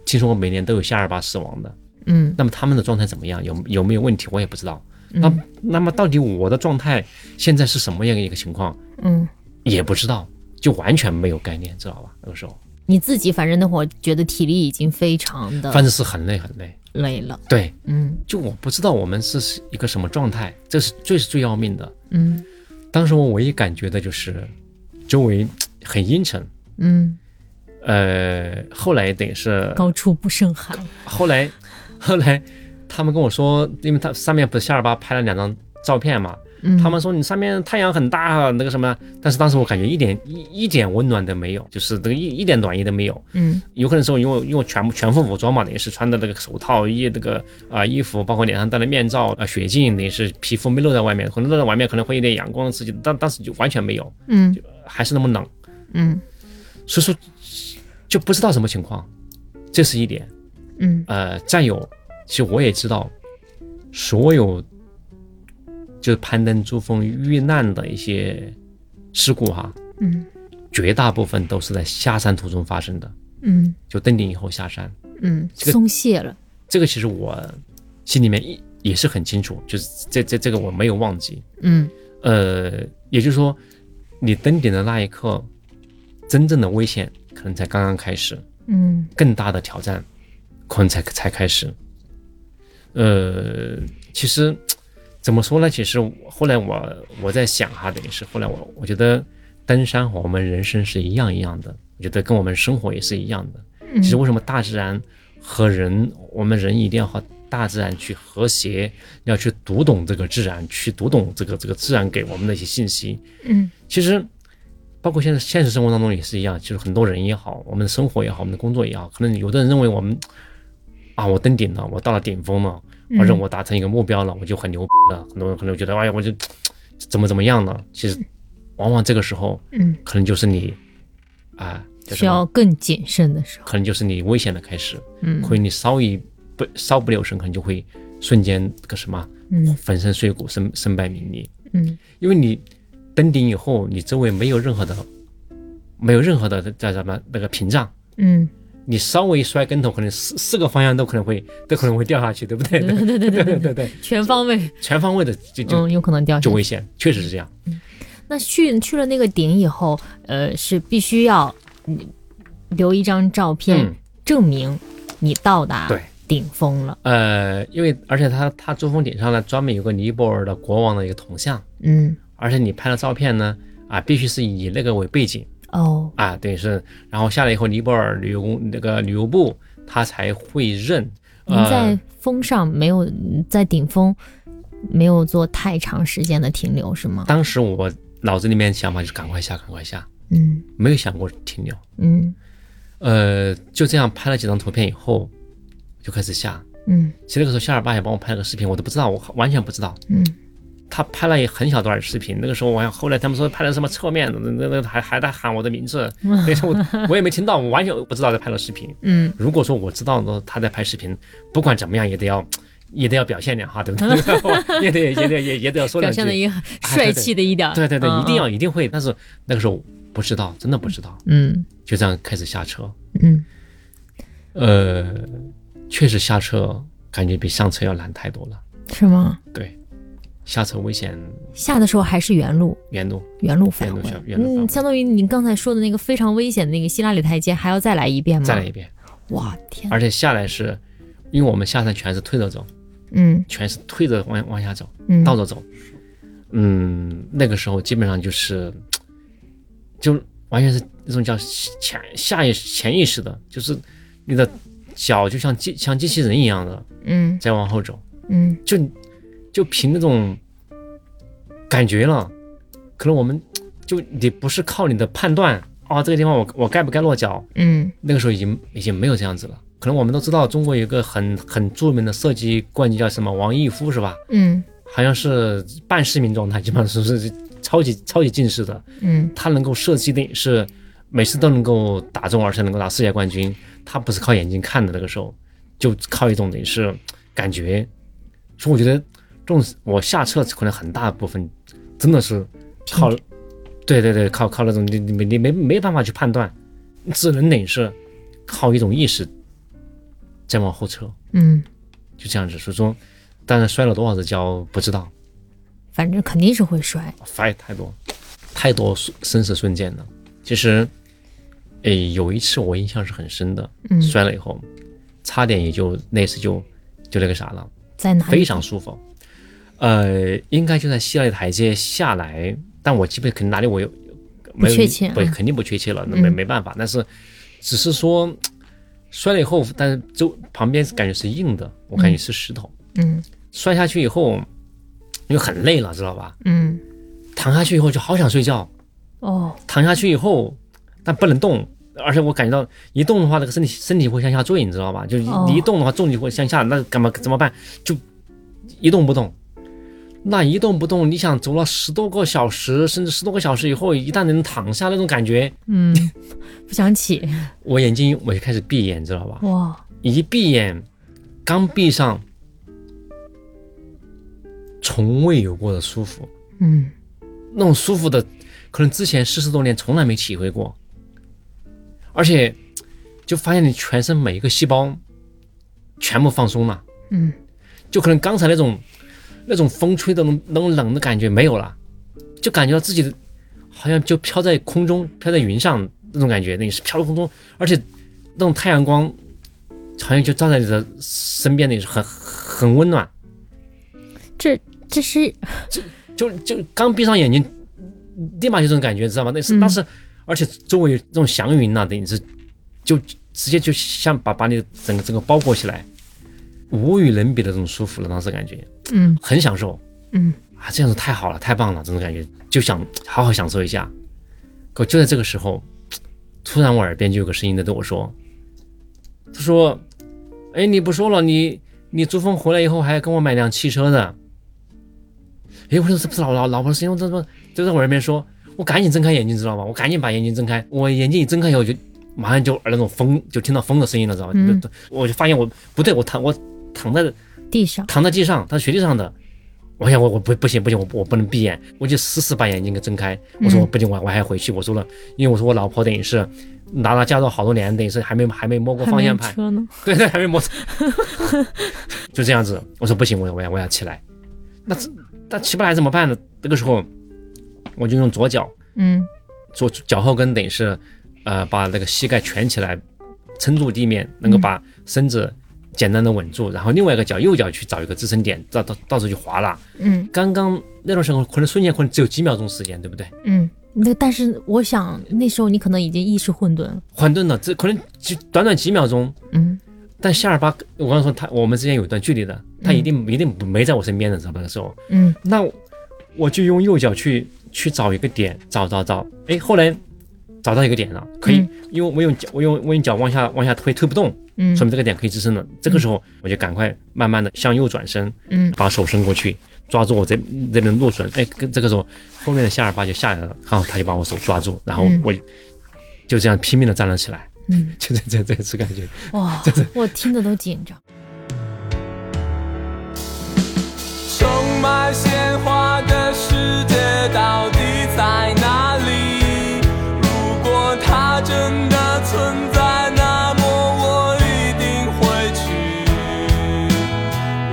[SPEAKER 2] 听说过每年都有夏尔巴死亡的，
[SPEAKER 4] 嗯
[SPEAKER 2] 那么他们的状态怎么样，有有没有问题，我也不知道。
[SPEAKER 4] 嗯
[SPEAKER 2] 那那么到底我的状态现在是什么样一个情况，
[SPEAKER 4] 嗯，
[SPEAKER 2] 也不知道，就完全没有概念，知道吧？那个时候，
[SPEAKER 4] 你自己反正那会儿觉得体力已经非常
[SPEAKER 2] 反
[SPEAKER 4] 的
[SPEAKER 2] 正是很累很累。
[SPEAKER 4] 累了，
[SPEAKER 2] 对，
[SPEAKER 4] 嗯
[SPEAKER 2] 就我不知道我们是一个什么状态，这是最是最要命的。
[SPEAKER 4] 嗯
[SPEAKER 2] 当时我唯一感觉的就是周围很阴沉。
[SPEAKER 4] 嗯，
[SPEAKER 2] 呃，后来等于是
[SPEAKER 4] 高处不胜寒，
[SPEAKER 2] 后来 [laughs] 后来他们跟我说，因为他上面不是夏尔巴拍了两张照片嘛，
[SPEAKER 4] 嗯，
[SPEAKER 2] 他们说你上面太阳很大，啊那个什么，但是当时我感觉一点一一点温暖都没有，就是这个一一点暖意都没有。
[SPEAKER 4] 嗯
[SPEAKER 2] 有可能是我因为因为我全部全副武装嘛，等于是穿的那个手套、衣那个啊、衣服，包括脸上戴的面罩、啊雪镜，等于是皮肤没露在外面，可能露在外面可能会有点阳光的刺激，但当时就完全没有，
[SPEAKER 4] 嗯
[SPEAKER 2] 还是那么冷，
[SPEAKER 4] 嗯
[SPEAKER 2] 所以说就不知道什么情况，这是一点。
[SPEAKER 4] 嗯
[SPEAKER 2] 呃，战友，其实我也知道，所有就是攀登珠峰遇难的一些事故哈，
[SPEAKER 4] 嗯
[SPEAKER 2] 绝大部分都是在下山途中发生的，
[SPEAKER 4] 嗯
[SPEAKER 2] 就登顶以后下山。
[SPEAKER 4] 嗯，
[SPEAKER 2] 这个
[SPEAKER 4] 松懈了，
[SPEAKER 2] 这个其实我心里面也也是很清楚，就是这这这个我没有忘记。
[SPEAKER 4] 嗯
[SPEAKER 2] 呃，也就是说，你登顶的那一刻，真正的危险可能才刚刚开始。
[SPEAKER 4] 嗯
[SPEAKER 2] 更大的挑战，可能才才开始。呃，其实怎么说呢？其实后来我我在想哈，等于是后来我我觉得登山和我们人生是一样一样的，我觉得跟我们生活也是一样的。
[SPEAKER 4] 嗯，
[SPEAKER 2] 其实为什么大自然和人，我们人一定要和大自然去和谐，要去读懂这个自然，去读懂这个这个自然给我们的一些信息。
[SPEAKER 4] 嗯
[SPEAKER 2] 其实，包括现在现实生活当中也是一样，就是很多人也好，我们的生活也好，我们的工作也好，可能有的人认为我们啊，我登顶了，我到了顶峰了，
[SPEAKER 4] 嗯
[SPEAKER 2] 或者我达成一个目标了，我就很牛逼了。很多人可能觉得，哎呀，我就怎么怎么样了。其实，往往这个时候
[SPEAKER 4] 嗯，
[SPEAKER 2] 可能就是你啊，叫
[SPEAKER 4] 需
[SPEAKER 2] 什么
[SPEAKER 4] 要更谨慎的时候，
[SPEAKER 2] 可能就是你危险的开始，
[SPEAKER 4] 嗯
[SPEAKER 2] 可能你稍一不稍不留神，可能就会瞬间这个什么
[SPEAKER 4] 嗯
[SPEAKER 2] 粉身碎骨、身身败名裂。
[SPEAKER 4] 嗯
[SPEAKER 2] 因为你登顶以后，你周围没有任何的，没有任何的叫什么那个屏障，
[SPEAKER 4] 嗯，
[SPEAKER 2] 你稍微一摔跟头，可能四四个方向都可能会都可能会掉下去，对不对？对对对对对对，
[SPEAKER 4] 全方位，
[SPEAKER 2] [laughs] 全方位的就就
[SPEAKER 4] 嗯，有可能掉下
[SPEAKER 2] 就
[SPEAKER 4] 来。
[SPEAKER 2] 危险，确实是这样。
[SPEAKER 4] 那去去了那个顶以后，呃，是必须要嗯留一张照片，
[SPEAKER 2] 嗯
[SPEAKER 4] 证明你到达
[SPEAKER 2] 对
[SPEAKER 4] 顶峰了。
[SPEAKER 2] 呃，因为而且它它珠峰顶上呢，专门有个尼泊尔的国王的一个铜像，
[SPEAKER 4] 嗯，
[SPEAKER 2] 而且你拍的照片呢，啊，必须是以那个为背景
[SPEAKER 4] 哦，
[SPEAKER 2] 啊，等于是，然后下来以后，尼泊尔旅游公那个旅游部他才会认。
[SPEAKER 4] 您
[SPEAKER 2] 呃
[SPEAKER 4] 在峰上没有在顶峰没有做太长时间的停留是吗？
[SPEAKER 2] 当时我脑子里面想法就是赶快下，赶快下，
[SPEAKER 4] 嗯
[SPEAKER 2] 没有想过停留。
[SPEAKER 4] 嗯
[SPEAKER 2] 呃，就这样拍了几张图片以后，就开始下。
[SPEAKER 4] 嗯
[SPEAKER 2] 其实那个时候夏尔巴也帮我拍了个视频，我都不知道，我完全不知道。
[SPEAKER 4] 嗯
[SPEAKER 2] 他拍了一很小段儿视频，那个时候我还后来他们说拍了什么侧面的，那那那还还在喊我的名字，那时候我我也没听到，我完全不知道在拍了视频。
[SPEAKER 4] 嗯，
[SPEAKER 2] 如果说我知道呢，他在拍视频，不管怎么样也得要也得要表现两下，对
[SPEAKER 4] [laughs]
[SPEAKER 2] 不对？也得也得也也得要说
[SPEAKER 4] 表
[SPEAKER 2] 两句
[SPEAKER 4] 现。
[SPEAKER 2] 啊
[SPEAKER 4] 的也很
[SPEAKER 2] 对
[SPEAKER 4] 帅气的一点儿，
[SPEAKER 2] 对对对，
[SPEAKER 4] 嗯
[SPEAKER 2] 一定要一定会。但是那个时候不知道，真的不知道，
[SPEAKER 4] 嗯
[SPEAKER 2] 就这样开始下车。
[SPEAKER 4] 嗯
[SPEAKER 2] 呃，确实下车感觉比上车要难太多了。
[SPEAKER 4] 是吗？
[SPEAKER 2] 对，下车危险
[SPEAKER 4] 下的时候还是原路，
[SPEAKER 2] 原路，
[SPEAKER 4] 原路返回
[SPEAKER 2] 原路返，原路返
[SPEAKER 4] 嗯，
[SPEAKER 2] 回
[SPEAKER 4] 相当于你刚才说的那个非常危险的那个希拉里台阶，还要再来一
[SPEAKER 5] 嗯
[SPEAKER 4] 遍吗？
[SPEAKER 2] 再来一遍。
[SPEAKER 4] 哇，天哪，
[SPEAKER 2] 而且下来是，因为我们下山全是退着走，
[SPEAKER 4] 嗯
[SPEAKER 2] 全是退着往往下走，
[SPEAKER 4] 嗯，
[SPEAKER 2] 倒着走。嗯，那个时候基本上就是，就完全是那种叫潜下意潜意识的，就是你的脚就像机像机器人一样的
[SPEAKER 4] 嗯
[SPEAKER 2] 在往后走。
[SPEAKER 4] 嗯
[SPEAKER 2] 就就凭那种感觉了，可能我们就你不是靠你的判断，哦，这个地方我我该不该落脚？
[SPEAKER 4] 嗯
[SPEAKER 2] 那个时候已经已经没有这样子了。可能我们都知道，中国有一个很很著名的设计冠军叫什么王义夫是吧？
[SPEAKER 4] 嗯
[SPEAKER 2] 好像是半市民状态，基本上是是超级超级近视的。
[SPEAKER 4] 嗯
[SPEAKER 2] 他能够设计电影是每次都能够打中，而且能够拿世界冠军。他不是靠眼睛看的，那个时候就靠一种等于是感觉。所以我觉得这种我下册可能很大部分真的是靠，对对对，靠靠那种你你没你没没办法去判断，只能等于是靠一种意识再往后撤，
[SPEAKER 4] 嗯，
[SPEAKER 2] 就这样子。所以说，当然摔了多少次跤不知道，
[SPEAKER 4] 反正肯定是会摔。
[SPEAKER 2] 反也太多，太多瞬生死瞬间了。其实，诶，有一次我印象是很深的，
[SPEAKER 4] 嗯
[SPEAKER 2] 摔了以后，差点也就那次就就那个啥了，
[SPEAKER 4] 在哪
[SPEAKER 2] 非
[SPEAKER 4] 里？
[SPEAKER 2] 常舒服。呃，应该就在希腊的台阶下来，但我基本肯定哪里我有没有
[SPEAKER 4] 确切
[SPEAKER 2] 不
[SPEAKER 4] 嗯
[SPEAKER 2] 肯定不确切了，那没
[SPEAKER 4] 嗯
[SPEAKER 2] 没办法。但是只是说摔了以后，但是周旁边感觉是硬的，我感觉是石头。
[SPEAKER 4] 嗯
[SPEAKER 2] 摔下去以后，因为很累了，知道吧？
[SPEAKER 4] 嗯，
[SPEAKER 2] 躺下去以后就好想睡觉，
[SPEAKER 4] 哦，
[SPEAKER 2] 躺下去以后，但不能动，而且我感觉到一动的话，那个身体身体会向下坠，你知道吧？就一
[SPEAKER 4] 哦
[SPEAKER 2] 你一动的话，重力会向下，那干嘛怎么办？就一动不动。那一动不动，你想走了十多个小时，甚至十多个小时以后，一旦能躺下那种感觉，
[SPEAKER 4] 嗯， [laughs] 不想起。
[SPEAKER 2] 我眼睛我就开始闭眼，知道吧？
[SPEAKER 4] 哇，
[SPEAKER 2] 一闭眼，刚闭上，从未有过的舒服，
[SPEAKER 4] 嗯
[SPEAKER 2] 那种舒服的，可能之前四十多年从来没体会过，而且就发现你全身每一个细胞全部放松了，
[SPEAKER 4] 嗯
[SPEAKER 2] 就可能刚才那种那种风吹的那种那种冷的感觉没有了，就感觉到自己的好像就飘在空中，飘在云上那种感觉，你是飘在空中，而且那种太阳光好像就照在你的身边，那是很很温暖。
[SPEAKER 4] 这这是
[SPEAKER 2] 就就刚闭上眼睛，立马就这种感觉，知道吗？那是
[SPEAKER 4] 嗯
[SPEAKER 2] 当时，而且周围有这种祥云呐、等于是就直接就像把把你整个整个包裹起来，无与伦比的这种舒服了，当时感觉
[SPEAKER 4] 嗯
[SPEAKER 2] 很享受
[SPEAKER 4] 嗯
[SPEAKER 2] 啊，这样子太好了，太棒了，这种感觉就想好好享受一下。可就在这个时候，突然我耳边就有个声音在对我说：“他说，哎，你不说了，你你珠峰回来以后还要跟我买辆汽车的。”哎，我说这不是老老老婆的声音，我怎么就在我耳边说？我赶紧睁开眼睛，知道吧？我赶紧把眼睛睁开。我眼睛一睁开以后，就马上就耳那种风，就听到风的声音了，知道吧？
[SPEAKER 4] 嗯
[SPEAKER 2] 就我就发现我不对，我躺我躺在
[SPEAKER 4] 地上。
[SPEAKER 2] 躺在地上，他是雪地上的。哎我想我我不不行不行，我我不能闭眼，我就死死把眼睛给睁开。我说
[SPEAKER 4] 嗯
[SPEAKER 2] 我不行，我我还要回去。我说了，因为我说我老婆等于是拿了驾照好多年，等于是还没还没摸过
[SPEAKER 4] 还
[SPEAKER 2] 方
[SPEAKER 4] 没有
[SPEAKER 2] 向盘，
[SPEAKER 4] 车呢。
[SPEAKER 2] [laughs] 对对，还没摸， [laughs] 就这样子。我说不行，我要我要我要起来。那这那起不来怎么办呢？这个时候我就用左脚
[SPEAKER 4] 嗯
[SPEAKER 2] 左脚后跟等于是呃把那个膝盖蜷起来，撑住地面，能够把身子简单的稳住，然后另外一个脚右脚去找一个支撑点，到到到处去滑了。
[SPEAKER 4] 嗯
[SPEAKER 2] 刚刚那段时候可能瞬间可能只有几秒钟时间，对不对？
[SPEAKER 4] 嗯，那但是我想那时候你可能已经意识混沌了。
[SPEAKER 2] 混沌了，这可能就短短几秒钟。
[SPEAKER 4] 嗯
[SPEAKER 2] 但夏尔巴，我刚才说他我们之间有一段距离的，他一定、一定没在我身边的，知道吧？那时候，
[SPEAKER 4] 嗯
[SPEAKER 2] 那我就用右脚去去找一个点，找找找，哎，后来找到一个点了，可以，
[SPEAKER 4] 嗯
[SPEAKER 2] 因为我用脚我用我用脚往下往下推推不动，
[SPEAKER 4] 嗯
[SPEAKER 2] 说明这个点可以支撑了。这个时候我就赶快慢慢的向右转身，
[SPEAKER 4] 嗯
[SPEAKER 2] 把手伸过去，抓住我这这边的落笋，哎，跟这个时候后面的夏尔巴就下来了，然后他就把我手抓住，然后
[SPEAKER 4] 嗯
[SPEAKER 2] 我就这样拼命的站了起来，
[SPEAKER 4] 嗯，
[SPEAKER 2] [laughs] 就这这这次感觉，
[SPEAKER 4] 哇，我听得都紧张。
[SPEAKER 1] 充满鲜花的世界到底在哪里？如果它真的存在，那么我一定会去。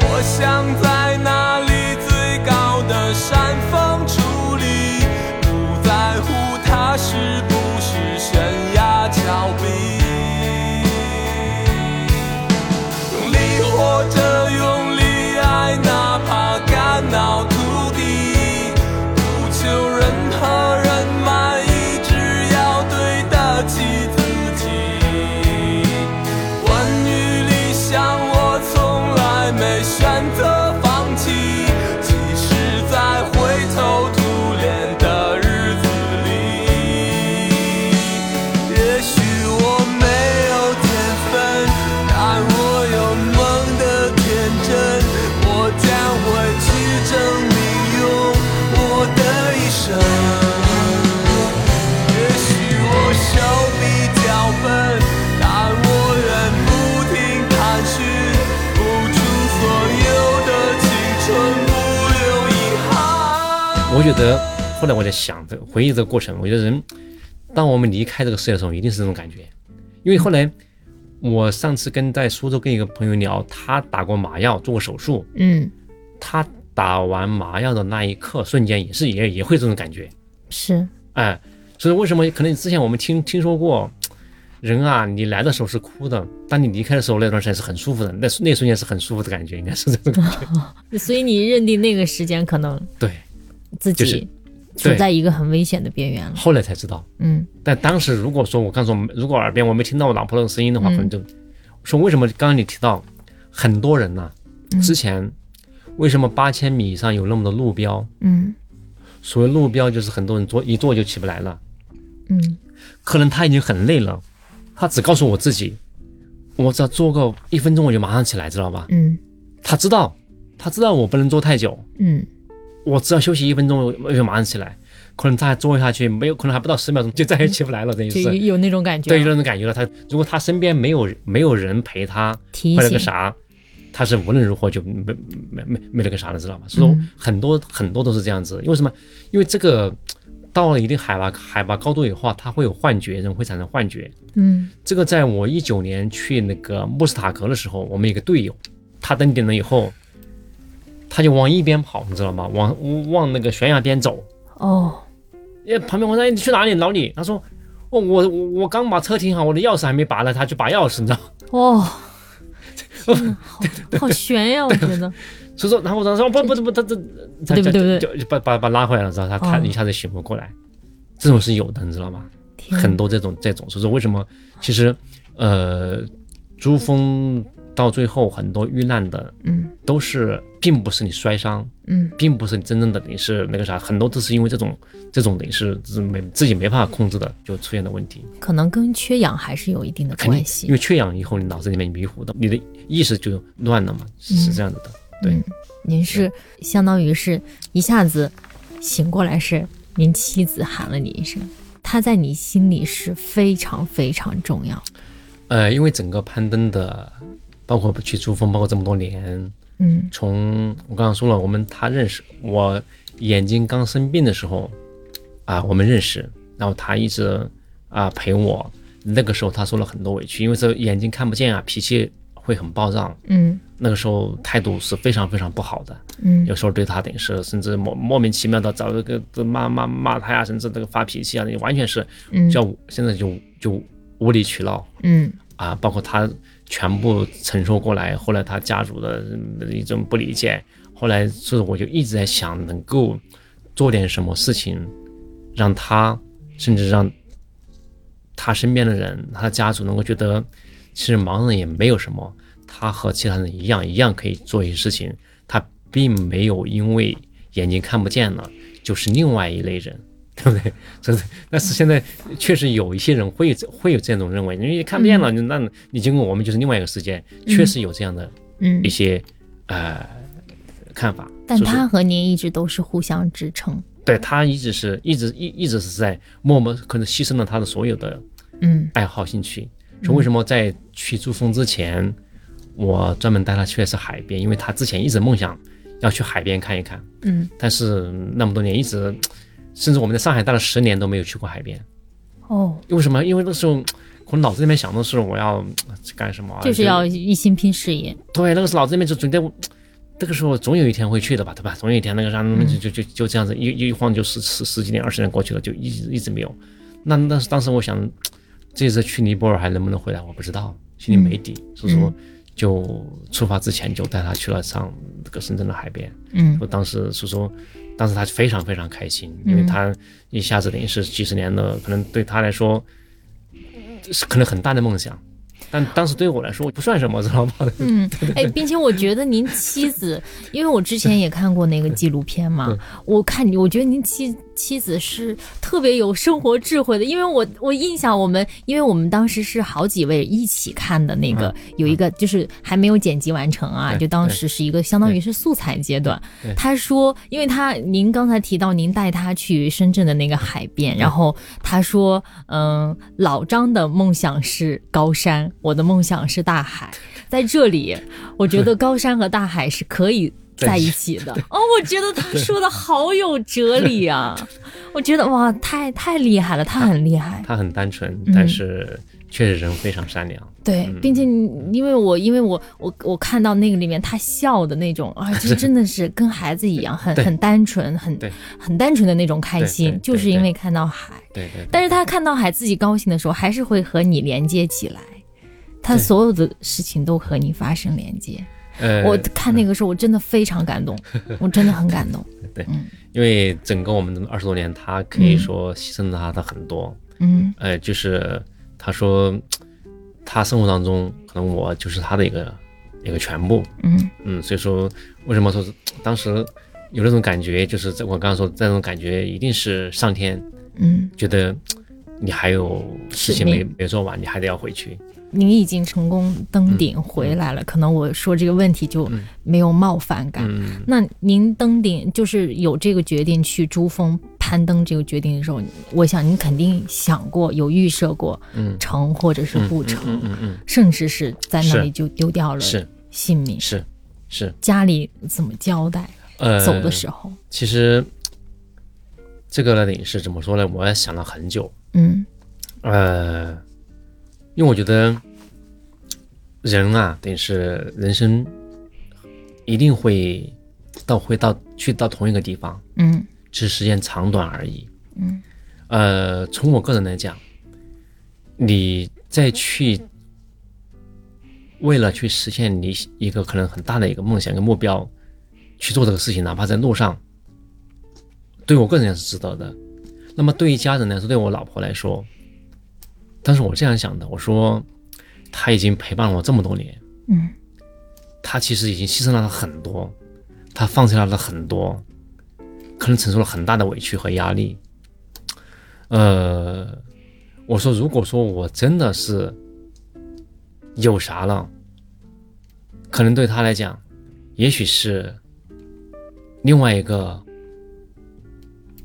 [SPEAKER 1] 我想在那里最高的山峰矗立，不在乎它是不是悬崖峭壁。用力活着，用力爱，哪怕肝脑涂地，不求任何人满意，只要对得起自己。关于理想，我从来没选择放弃，即使在灰头土脸的日子里。
[SPEAKER 2] 我觉得后来我在想，这回忆这个过程，我觉得人，当我们离开这个世界的时候，一定是这种感觉。因为后来我上次跟在苏州跟一个朋友聊，他打过麻药，做过手术，
[SPEAKER 4] 嗯，
[SPEAKER 2] 他打完麻药的那一刻，瞬间也是也也会这种感觉，
[SPEAKER 4] 是，
[SPEAKER 2] 哎，所以为什么可能之前我们听听说过，人啊，你来的时候是哭的，当你离开的时候，那段时间是很舒服的，那那瞬间是很舒服的感觉，应该是这种感觉。
[SPEAKER 5] 所以你认定那个时间可能
[SPEAKER 2] 对，
[SPEAKER 5] 自
[SPEAKER 2] 就是
[SPEAKER 5] 己处在一个很危险的边缘了。
[SPEAKER 2] 后来才知道，
[SPEAKER 4] 嗯
[SPEAKER 2] 但当时如果说我刚说，如果耳边我没听到我老婆的声音的话，
[SPEAKER 4] 嗯
[SPEAKER 2] 可能就说为什么刚刚你提到很多人呢、
[SPEAKER 4] 嗯
[SPEAKER 2] 之前为什么八千米以上有那么多路标？
[SPEAKER 4] 嗯
[SPEAKER 2] 所谓路标就是很多人坐一坐就起不来了。
[SPEAKER 4] 嗯
[SPEAKER 2] 可能他已经很累了，他只告诉我自己，我只要坐个一分钟我就马上起来，知道吧？
[SPEAKER 4] 嗯
[SPEAKER 2] 他知道，他知道我不能坐太久，
[SPEAKER 4] 嗯
[SPEAKER 2] 我只要休息一分钟我我就马上起来。可能他还坐下去，没有可能还不到十秒钟就再也起不来了，等于
[SPEAKER 5] 就是有那种感觉
[SPEAKER 2] 对，有
[SPEAKER 5] 了，
[SPEAKER 2] 那种感觉了。他如果他身边没有没有人陪他，
[SPEAKER 5] 提
[SPEAKER 2] 或者
[SPEAKER 5] 醒
[SPEAKER 2] 个啥，他是无论如何就没没没没那个啥了，知道吗？所以说
[SPEAKER 5] 嗯
[SPEAKER 2] 很多、很多都是这样子。因为什么？因为这个到了一定海拔海拔高度以后啊，他会有幻觉，人会产生幻觉。
[SPEAKER 4] 嗯
[SPEAKER 2] 这个在我一九年去那个穆斯塔格的时候，我们有个队友，他登顶了以后，他就往一边跑，你知道吗？往往那个悬崖边走。
[SPEAKER 5] 哦，
[SPEAKER 2] 呃，旁边我说：“哎，你去哪里？老李？”他说：“哦，我我我刚把车停好，我的钥匙还没拔呢。”他去拔钥匙，你知道吗？ [laughs]
[SPEAKER 5] 哦，天哪好好悬呀！我觉得，
[SPEAKER 2] 所以说，然后我当时说：“不不不，他这他
[SPEAKER 5] 对不对不对
[SPEAKER 2] 就就把把把拉回来了，知道他他
[SPEAKER 5] 哦
[SPEAKER 2] 一下子醒悟过来，这种是有的，你知道吗？
[SPEAKER 5] 天
[SPEAKER 2] 很多这种这种，所以说为什么其实呃，珠峰到最后很多遇难的
[SPEAKER 4] 嗯
[SPEAKER 2] 都是并不是你摔伤，
[SPEAKER 4] 嗯，
[SPEAKER 2] 并不是你真正的你是那个啥，很多都是因为这种这种你是是没自己没办法控制的就出现的问题，
[SPEAKER 5] 可能跟缺氧还是有一定的
[SPEAKER 2] 肯定
[SPEAKER 5] 关系
[SPEAKER 2] 因。为缺氧以后你脑子里面迷糊的，你的意识就乱了嘛，是是这样子的。对，
[SPEAKER 5] 您是相当于是一下子醒过来，是您妻子喊了你一声，她在你心里是非常非常重要。
[SPEAKER 2] 呃，因为整个攀登的，包括去珠峰，包括这么多年，
[SPEAKER 4] 嗯
[SPEAKER 2] 从我刚刚说了，我们他认识我眼睛刚生病的时候啊，我们认识，然后他一直啊陪我。那个时候他受了很多委屈，因为这眼睛看不见啊，脾气会很暴躁。
[SPEAKER 4] 嗯
[SPEAKER 2] 那个时候态度是非常非常不好的，
[SPEAKER 4] 嗯
[SPEAKER 2] 有时候对他等于是甚至莫莫名其妙的找一个骂骂骂他呀，甚至这个发脾气啊，你完全是
[SPEAKER 4] 嗯
[SPEAKER 2] 叫现在就就无理取闹。
[SPEAKER 4] 嗯
[SPEAKER 2] 啊，包括他全部承受过来，后来他家属的嗯一种不理解，后来是我就一直在想，能够做点什么事情，让他甚至让他身边的人，他的家属能够觉得，其实盲人也没有什么，他和其他人一样，一样可以做一些事情，他并没有因为眼睛看不见了，就是另外一类人。对不对？ [laughs] 真的，但是现在确实有一些人
[SPEAKER 4] [laughs]
[SPEAKER 2] 会会有这种认为，因为看不见了，你那你经过我们就是另外一个世界，确实有这样的
[SPEAKER 4] 嗯
[SPEAKER 2] 一，些、呃看法。
[SPEAKER 4] 但
[SPEAKER 2] 所以说
[SPEAKER 4] 他和您一直都是互相支撑。
[SPEAKER 2] 对他一直是一直一一直是在默默可能牺牲了他的所有的
[SPEAKER 4] 嗯
[SPEAKER 2] 爱好兴趣。说为什么在去珠峰之前，我专门带他去的是海边，因为他之前一直梦想要去海边看一看，
[SPEAKER 4] 嗯
[SPEAKER 2] 但是那么多年一直，甚至我们在上海待了十年都没有去过海边。
[SPEAKER 4] 哦
[SPEAKER 2] 为什么？因为那时候我脑子里面想的是我要干什么啊、
[SPEAKER 5] 就是要一心拼事业，
[SPEAKER 2] 对，那个时候脑子里面就准备，那个时候总有一天会去的吧，对吧？总有一天那个啥，那么就就就就这样子一一一晃就十十十几年、二十年过去了，就一直一直没有。那那当时我想，这次去尼泊尔还能不能回来，我不知道，心里没底，所以说就出发之前就带他去了上这个深圳的海边。
[SPEAKER 4] 嗯
[SPEAKER 2] 我当时是说，当时他非常非常开心，因为他一下子等于是几十年的，可能对他来说是可能很大的梦想，但当时对我来说不算什么，知道吗？ [laughs]
[SPEAKER 4] 嗯
[SPEAKER 5] 哎，并且我觉得您妻子，因为我之前也看过那个纪录片嘛，我看你，我觉得您妻妻子是特别有生活智慧的，因为我我印象我们，因为我们当时是好几位一起看的那个，有一个就是还没有剪辑完成啊，
[SPEAKER 2] 嗯对
[SPEAKER 5] 就当时是一个相当于是素材阶段
[SPEAKER 2] 对。
[SPEAKER 5] 他说，因为他您刚才提到您带他去深圳的那个海边，然后他说，嗯，老张的梦想是高山，我的梦想是大海。在这里，我觉得高山和大海是可以在一起的。哦，我觉得他说的好有哲理啊！我觉得哇，太太厉害了，他很厉害。
[SPEAKER 2] 他很单纯，但是确实人非常善良。
[SPEAKER 5] 对，并且你因为我因为我我我看到那个里面他笑的那种啊，这真的是跟孩子一样，很
[SPEAKER 2] 对
[SPEAKER 5] 很单纯，很
[SPEAKER 2] 对
[SPEAKER 5] 很单纯的那种开
[SPEAKER 2] 对对
[SPEAKER 5] 心
[SPEAKER 2] 对，
[SPEAKER 5] 就是因为看到海。
[SPEAKER 2] 对对对
[SPEAKER 5] 但是他看到海自己高兴的时候，还是会和你连接起来，他
[SPEAKER 2] 对
[SPEAKER 5] 所有的事情都和你发生连接。
[SPEAKER 2] 呃，
[SPEAKER 5] 我看那个时候，我真的非常
[SPEAKER 2] [laughs]
[SPEAKER 5] 感动，我真的很感动。
[SPEAKER 2] 因为整个我们的二十多年，他可以说牺牲了他的很多。
[SPEAKER 5] 嗯
[SPEAKER 2] 呃，就是他说他生活当中可能我就是他的一个一个全部。
[SPEAKER 5] 嗯
[SPEAKER 2] 嗯，所以说为什么说当时有那种感觉，就是在我刚刚说的这种感觉，一定是上天
[SPEAKER 5] 嗯，
[SPEAKER 2] 觉得你还有事情没
[SPEAKER 5] 使
[SPEAKER 2] 没做完，你还得要回去。
[SPEAKER 5] 你已经成功
[SPEAKER 2] 嗯
[SPEAKER 5] 登顶回来了，可能我说这个问题就没有冒犯感。
[SPEAKER 2] 嗯，
[SPEAKER 5] 那您登顶就是有这个决定去珠峰攀登这个决定的时候，我想您肯定想过，有预设过
[SPEAKER 2] 嗯
[SPEAKER 5] 成或者是不成，
[SPEAKER 2] 嗯嗯嗯，
[SPEAKER 5] 甚至是在那里
[SPEAKER 2] 是
[SPEAKER 5] 就丢掉了
[SPEAKER 2] 是
[SPEAKER 5] 性命，
[SPEAKER 2] 是是，
[SPEAKER 5] 家里怎么交代？
[SPEAKER 2] 呃，
[SPEAKER 5] 走的时候，
[SPEAKER 2] 其实这个呢也是怎么说呢？我也想了很久，
[SPEAKER 5] 嗯
[SPEAKER 2] 呃，因为我觉得人啊，等于是人生一定会到会到去到同一个地方，
[SPEAKER 5] 嗯
[SPEAKER 2] 只是时间长短而已。嗯，呃，从我个人来讲，你再去为了去实现你一个可能很大的一个梦想跟目标去做这个事情，哪怕在路上，对我个人也是值得的。那么对于家人来说，对我老婆来说，当时我这样想的，我说她已经陪伴了我这么多年，
[SPEAKER 5] 嗯，
[SPEAKER 2] 她其实已经牺牲了她很多，她放弃了她很多，可能承受了很大的委屈和压力。呃，我说，如果说我真的是有啥了，可能对他来讲，也许是另外一个，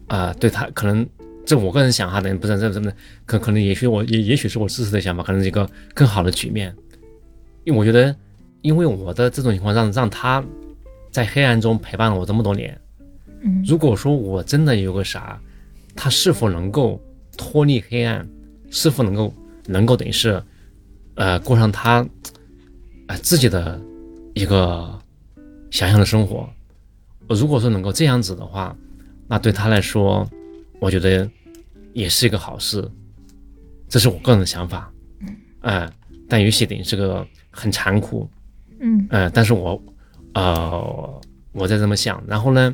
[SPEAKER 2] 啊、对他可能这我个人想哈，等不是这这这，可可能也许我也也许是我自私的想法，可能是一个更好的局面，因为我觉得，因为我的这种情况让让他在黑暗中陪伴了我这么多年，如果说我真的有个啥，他是否能够脱离黑暗，是否能够能够等于是，呃，过上他，呃自己的一个想象的生活。如果说能够这样子的话，那对他来说，我觉得也是一个好事。这是我个人的想法，嗯、但也许等于是个很残酷，
[SPEAKER 5] 嗯
[SPEAKER 2] 呃，但是我，呃，我在这么想，然后呢，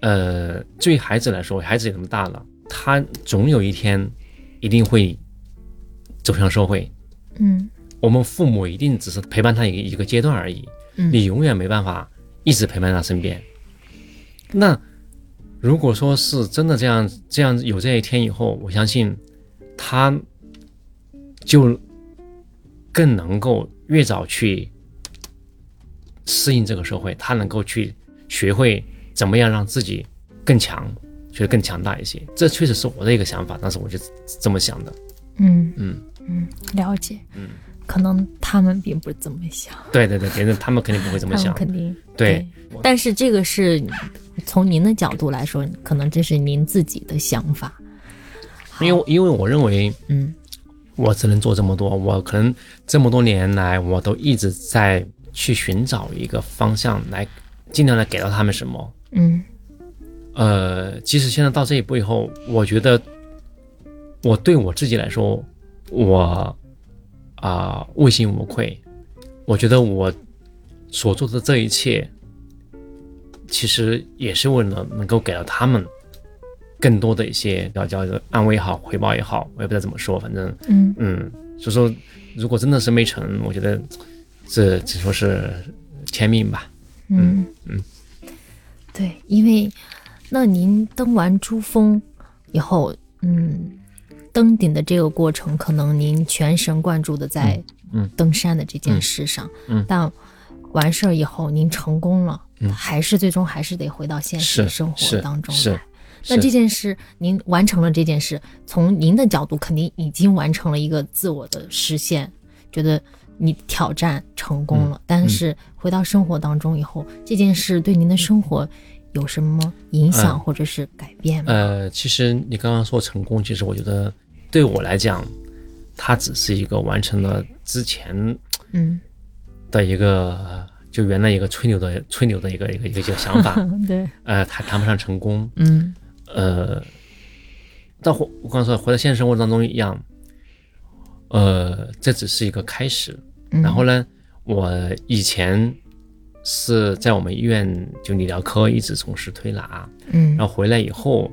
[SPEAKER 2] 呃，对于孩子来说，孩子也这么大了，他总有一天一定会走向社会。
[SPEAKER 5] 嗯
[SPEAKER 2] 我们父母一定只是陪伴他一个一个阶段而已，
[SPEAKER 5] 嗯
[SPEAKER 2] 你永远没办法一直陪伴他身边。那如果说是真的这样，这样有这一天以后，我相信他就更能够越早去适应这个社会，他能够去学会怎么样让自己更强，学得更强大一些。这确实是我的一个想法，当时我就这么想的。
[SPEAKER 5] 嗯
[SPEAKER 2] 嗯，
[SPEAKER 5] 嗯，了解。嗯，可能他们并不这么想，
[SPEAKER 2] 对对对，别人他们肯定不会这么
[SPEAKER 5] [laughs] 他们
[SPEAKER 2] 想。
[SPEAKER 5] 肯定
[SPEAKER 2] 对，
[SPEAKER 5] 但是这个是从您的角度来说，可能这是您自己的想法。
[SPEAKER 2] 因为因为我认为
[SPEAKER 5] 嗯
[SPEAKER 2] 我只能做这么多，我可能这么多年来我都一直在去寻找一个方向来，尽量来给到他们什么。
[SPEAKER 5] 嗯
[SPEAKER 2] 呃，即使现在到这一步以后，我觉得我对我自己来说，我啊、问心无愧。我觉得我所做的这一切，其实也是为了能够给到他们更多的一些叫叫安慰也好，回报也好，我也不知道怎么说，反正
[SPEAKER 5] 嗯
[SPEAKER 2] 嗯，所以说如果真的是没成，我觉得这只说是天命吧。
[SPEAKER 5] 嗯
[SPEAKER 2] 嗯，
[SPEAKER 5] 对，因为那您登完珠峰以后，嗯，登顶的这个过程，可能您全神贯注的在
[SPEAKER 2] 嗯嗯
[SPEAKER 5] 登山的这件事上，
[SPEAKER 2] 嗯
[SPEAKER 5] 但完事儿以后您成功了，
[SPEAKER 2] 嗯
[SPEAKER 5] 还是最终还是得回到现实
[SPEAKER 2] 是
[SPEAKER 5] 生活
[SPEAKER 2] 是
[SPEAKER 5] 当中
[SPEAKER 2] 是
[SPEAKER 5] 来。那
[SPEAKER 2] 是
[SPEAKER 5] 这件事，您完成了这件事，从您的角度，肯定已经完成了一个自我的实现，觉得你挑战成功
[SPEAKER 2] 嗯
[SPEAKER 5] 了，但是回到生活当中以后，这件事对您的生活有什么影
[SPEAKER 2] 嗯
[SPEAKER 5] 响或者是改变吗？
[SPEAKER 2] 呃，其实你刚刚说成功，其实我觉得对我来讲，它只是一个完成了之前
[SPEAKER 5] 嗯，
[SPEAKER 2] 的一个呃就原来一个吹牛的吹牛的一个一个一个一个想法，
[SPEAKER 5] 对，
[SPEAKER 2] 呃，它谈不上成功，
[SPEAKER 5] 嗯
[SPEAKER 2] 呃，但回我刚才说回到现实生活当中一样，呃，这只是一个开始。
[SPEAKER 5] 嗯
[SPEAKER 2] 然后呢，我以前是在我们医院就理疗科一直从事推拿，
[SPEAKER 5] 嗯
[SPEAKER 2] 然后回来以后，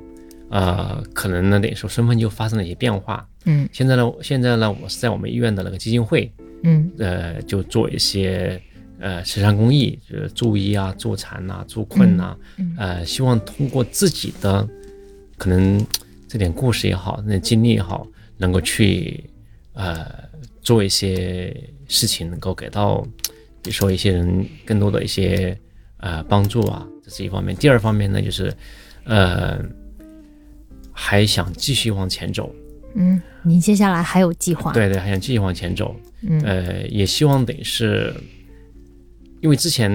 [SPEAKER 2] 呃，可能呢那时候身份就发生了一些变化。
[SPEAKER 5] 嗯
[SPEAKER 2] 现在呢，现在呢，我是在我们医院的那个基金会，
[SPEAKER 5] 嗯
[SPEAKER 2] 呃，就做一些呃慈善公益，就是助医啊、助残呐、助困
[SPEAKER 5] 嗯
[SPEAKER 2] 呐、呃，希望通过自己的可能这点故事也好，那点经历也好，能够去呃做一些事情，能够给到比如说一些人更多的一些呃帮助啊，这是一方面。第二方面呢，就是呃还想继续往前走，
[SPEAKER 5] 嗯，您接下来还有计划？，
[SPEAKER 2] 对对，还想继续往前走。
[SPEAKER 5] 嗯
[SPEAKER 2] 呃，也希望等于是，因为之前，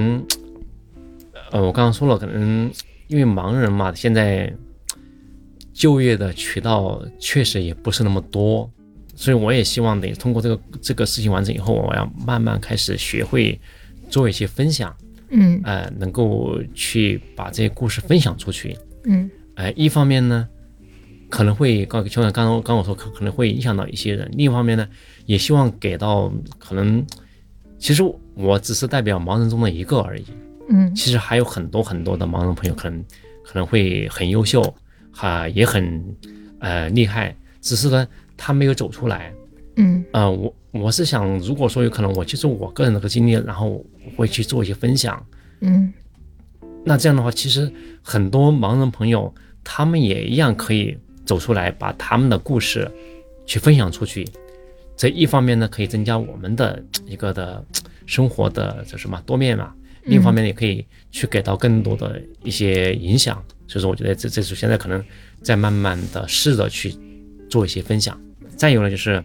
[SPEAKER 2] 呃，我刚刚说了，可能因为盲人嘛，现在就业的渠道确实也不是那么多，所以我也希望等于通过这个这个事情完成以后，我要慢慢开始学会做一些分享，
[SPEAKER 5] 嗯
[SPEAKER 2] 呃，能够去把这些故事分享出去。
[SPEAKER 5] 嗯
[SPEAKER 2] 呃，一方面呢，可能会刚就像刚刚刚我说，可可能会影响到一些人；另一方面呢，也希望给到可能，其实我只是代表盲人中的一个而已。
[SPEAKER 5] 嗯
[SPEAKER 2] 其实还有很多很多的盲人朋友，可能可能会很优秀，哈、也很呃厉害，只是呢，他没有走出来。
[SPEAKER 5] 嗯
[SPEAKER 2] 呃，我我是想，如果说有可能，我就是我个人的个经历，然后我会去做一些分享。
[SPEAKER 5] 嗯
[SPEAKER 2] 那这样的话，其实很多盲人朋友他们也一样可以走出来，把他们的故事去分享出去。这一方面呢，可以增加我们的一个的生活的这什么多面嘛；另一方面也可以去给到更多的一些影响。所以说，我觉得这这是现在可能在慢慢的试着去做一些分享。再有呢，就是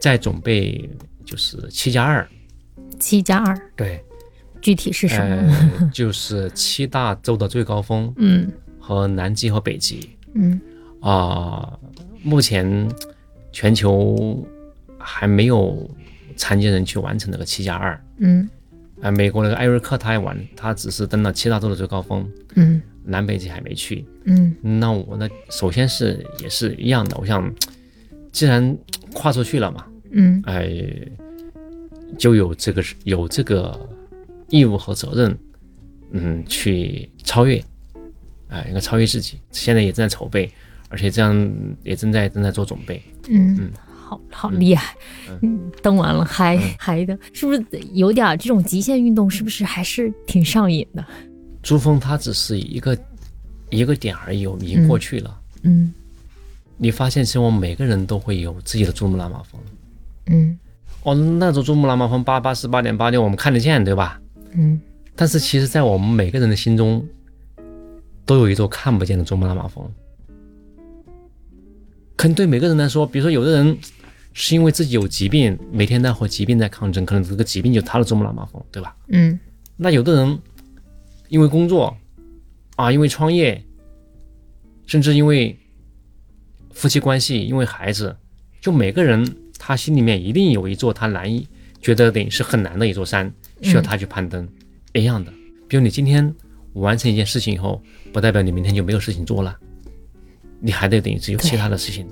[SPEAKER 2] 在准备就是七加二，
[SPEAKER 5] 七加二
[SPEAKER 2] 对，
[SPEAKER 5] 具体是什么？
[SPEAKER 2] 呃，就是七大洲的最高峰，
[SPEAKER 5] 嗯
[SPEAKER 2] 和南极和北极
[SPEAKER 5] 嗯
[SPEAKER 2] 啊、目前全球还没有残疾人去完成这个七加二。
[SPEAKER 5] 嗯
[SPEAKER 2] 啊，美国那个艾瑞克他也完，他只是登了七大洲的最高峰，
[SPEAKER 5] 嗯
[SPEAKER 2] 南北极还没去。
[SPEAKER 5] 嗯
[SPEAKER 2] 那我呢，首先是也是一样的，我想，既然跨出去了嘛，
[SPEAKER 5] 嗯
[SPEAKER 2] 哎、就有这个有这个义务和责任，嗯，去超越，啊、应该超越自己。现在也正在筹备，而且这样也正在正在做准备。
[SPEAKER 5] 嗯，好好厉害！嗯，登完了还还的，是不是有点儿这种极限运动？是不是还是挺上瘾的？嗯
[SPEAKER 2] 珠峰它只是一个一个点而已，我们已经过去了。
[SPEAKER 5] 嗯
[SPEAKER 2] 你发现，其实我们每个人都会有自己的珠穆朗玛峰。
[SPEAKER 5] 嗯
[SPEAKER 2] 哦，那座珠穆朗玛峰八八四八点八六，我们看得见，对吧？
[SPEAKER 5] 嗯
[SPEAKER 2] 但是其实，在我们每个人的心中，都有一座看不见的珠穆朗玛峰。可能对每个人来说，比如说有的人是因为自己有疾病，每天在和疾病在抗争，可能这个疾病就是他的珠穆朗玛峰，对吧？
[SPEAKER 5] 嗯
[SPEAKER 2] 那有的人因为工作啊，因为创业，甚至因为夫妻关系，因为孩子，就每个人他心里面一定有一座他难以觉得等于是很难的一座山，需要他去攀登。一样的，比如你今天完成一件事情以后，不代表你明天就没有事情做了，你还得等于是有其他的事情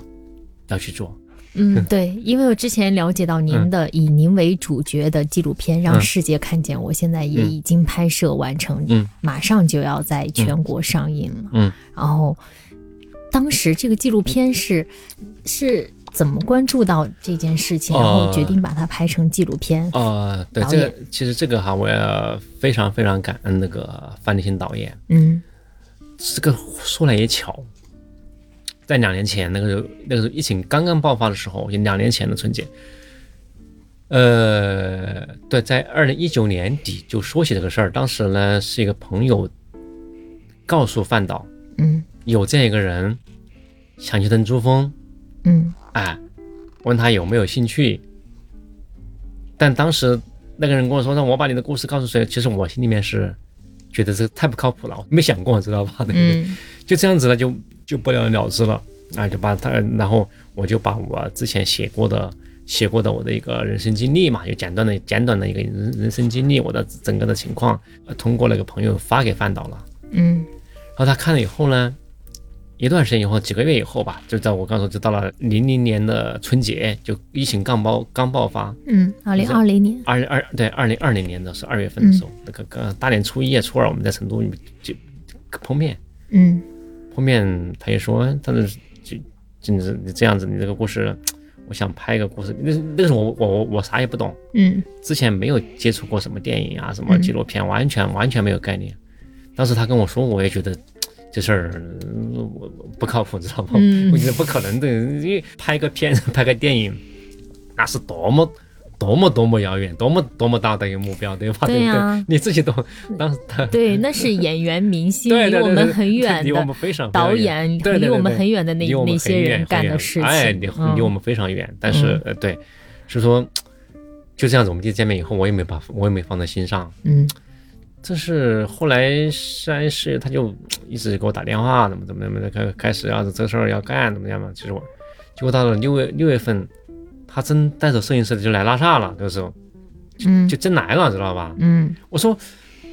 [SPEAKER 2] 要去做。
[SPEAKER 5] 嗯，对，因为我之前了解到您的以您为主角的纪录片《让世界看见我》，现在也已经拍摄完成，
[SPEAKER 2] 嗯
[SPEAKER 5] 马上就要在全国上映了。
[SPEAKER 2] 嗯，
[SPEAKER 5] 然后当时这个纪录片是是怎么关注到这件事情，然后
[SPEAKER 2] 呃
[SPEAKER 5] 决定把它拍成纪录片？
[SPEAKER 2] 呃，对
[SPEAKER 5] 导
[SPEAKER 2] 这个
[SPEAKER 5] 演，
[SPEAKER 2] 其实这个哈，我也非常非常感恩那个范立新导演。
[SPEAKER 5] 嗯
[SPEAKER 2] 这个说来也巧，在两年前那个时候，那个时候疫情刚刚爆发的时候，也两年前的春节，呃，对，在二零一九年底就说起这个事儿。当时呢，是一个朋友告诉范导
[SPEAKER 5] 嗯
[SPEAKER 2] 有这样一个人想去登珠峰，啊
[SPEAKER 5] 嗯
[SPEAKER 2] 哎，问他有没有兴趣。但当时那个人跟我说让我把你的故事告诉谁，其实我心里面是觉得这太不靠谱了，我没想过，知道吧？ [laughs] 那个、
[SPEAKER 4] 嗯
[SPEAKER 2] 就这样子了，就就不了了之了。啊，就把他，然后我就把我之前写过的、写过的我的一个人生经历嘛，就简短的、简短的一个人人生经历，我的整个的情况，呃通过那个朋友发给范导了。
[SPEAKER 4] 嗯
[SPEAKER 5] 哦
[SPEAKER 2] 然后他看了以后呢，一段时间以后，几个月以后吧，就在我刚说，就到了零零年的春节，就疫情刚爆刚爆发，
[SPEAKER 5] 嗯，二零二零年，
[SPEAKER 2] 二零二对二零二零年的是二月份的时候，那个刚大年初一、啊初二我们在成都就就碰面，
[SPEAKER 4] 嗯
[SPEAKER 2] 后面他也说，他是就就是你这样子，你这个故事，我想拍一个故事。那那个时候我我我我啥也不懂，
[SPEAKER 4] 嗯
[SPEAKER 2] 之前没有接触过什么电影啊，什
[SPEAKER 5] 嗯
[SPEAKER 2] 么纪录片，完全完全没有概念。当时他跟我说，我也觉得这事儿呃我我不靠谱，知道吗？
[SPEAKER 5] 嗯
[SPEAKER 2] 我觉得不可能的，因为拍个片、 [laughs] 拍个电影，那是多么。多么多么遥远，多么多么大的一个目标，对吧？
[SPEAKER 5] 对呀
[SPEAKER 2] 不对？你自己都当时他 [laughs]
[SPEAKER 5] 对，那是演员、明星
[SPEAKER 2] 对对
[SPEAKER 5] 离
[SPEAKER 2] 对
[SPEAKER 5] 我
[SPEAKER 2] 对
[SPEAKER 5] 们
[SPEAKER 2] 对
[SPEAKER 5] 很远
[SPEAKER 2] 离我们
[SPEAKER 5] 的
[SPEAKER 2] 非常非常
[SPEAKER 5] 导
[SPEAKER 2] 远
[SPEAKER 5] 演，
[SPEAKER 2] 对对
[SPEAKER 5] 离
[SPEAKER 2] 对
[SPEAKER 5] 我们
[SPEAKER 2] 对
[SPEAKER 5] 很远的那
[SPEAKER 2] 离我们
[SPEAKER 5] 那
[SPEAKER 2] 很
[SPEAKER 5] 些
[SPEAKER 2] 远
[SPEAKER 5] 人
[SPEAKER 2] 很
[SPEAKER 5] 干
[SPEAKER 2] 远
[SPEAKER 5] 的事情，
[SPEAKER 2] 哎，离离我
[SPEAKER 5] 嗯
[SPEAKER 2] 们非常远。但是、呃，对，是说就这样子，我们第一次见面以后，我也没把我也没放在心上。
[SPEAKER 4] 嗯
[SPEAKER 2] 这是后来山市他就一直给我打电话，怎么怎么怎么的，开开始要这事儿要干怎么样嘛。其实我，结果到了六月六月份，他真带着摄影师就来拉萨了，这个时候
[SPEAKER 4] 嗯
[SPEAKER 2] 就真来了，知道吧？
[SPEAKER 4] 嗯
[SPEAKER 2] 我说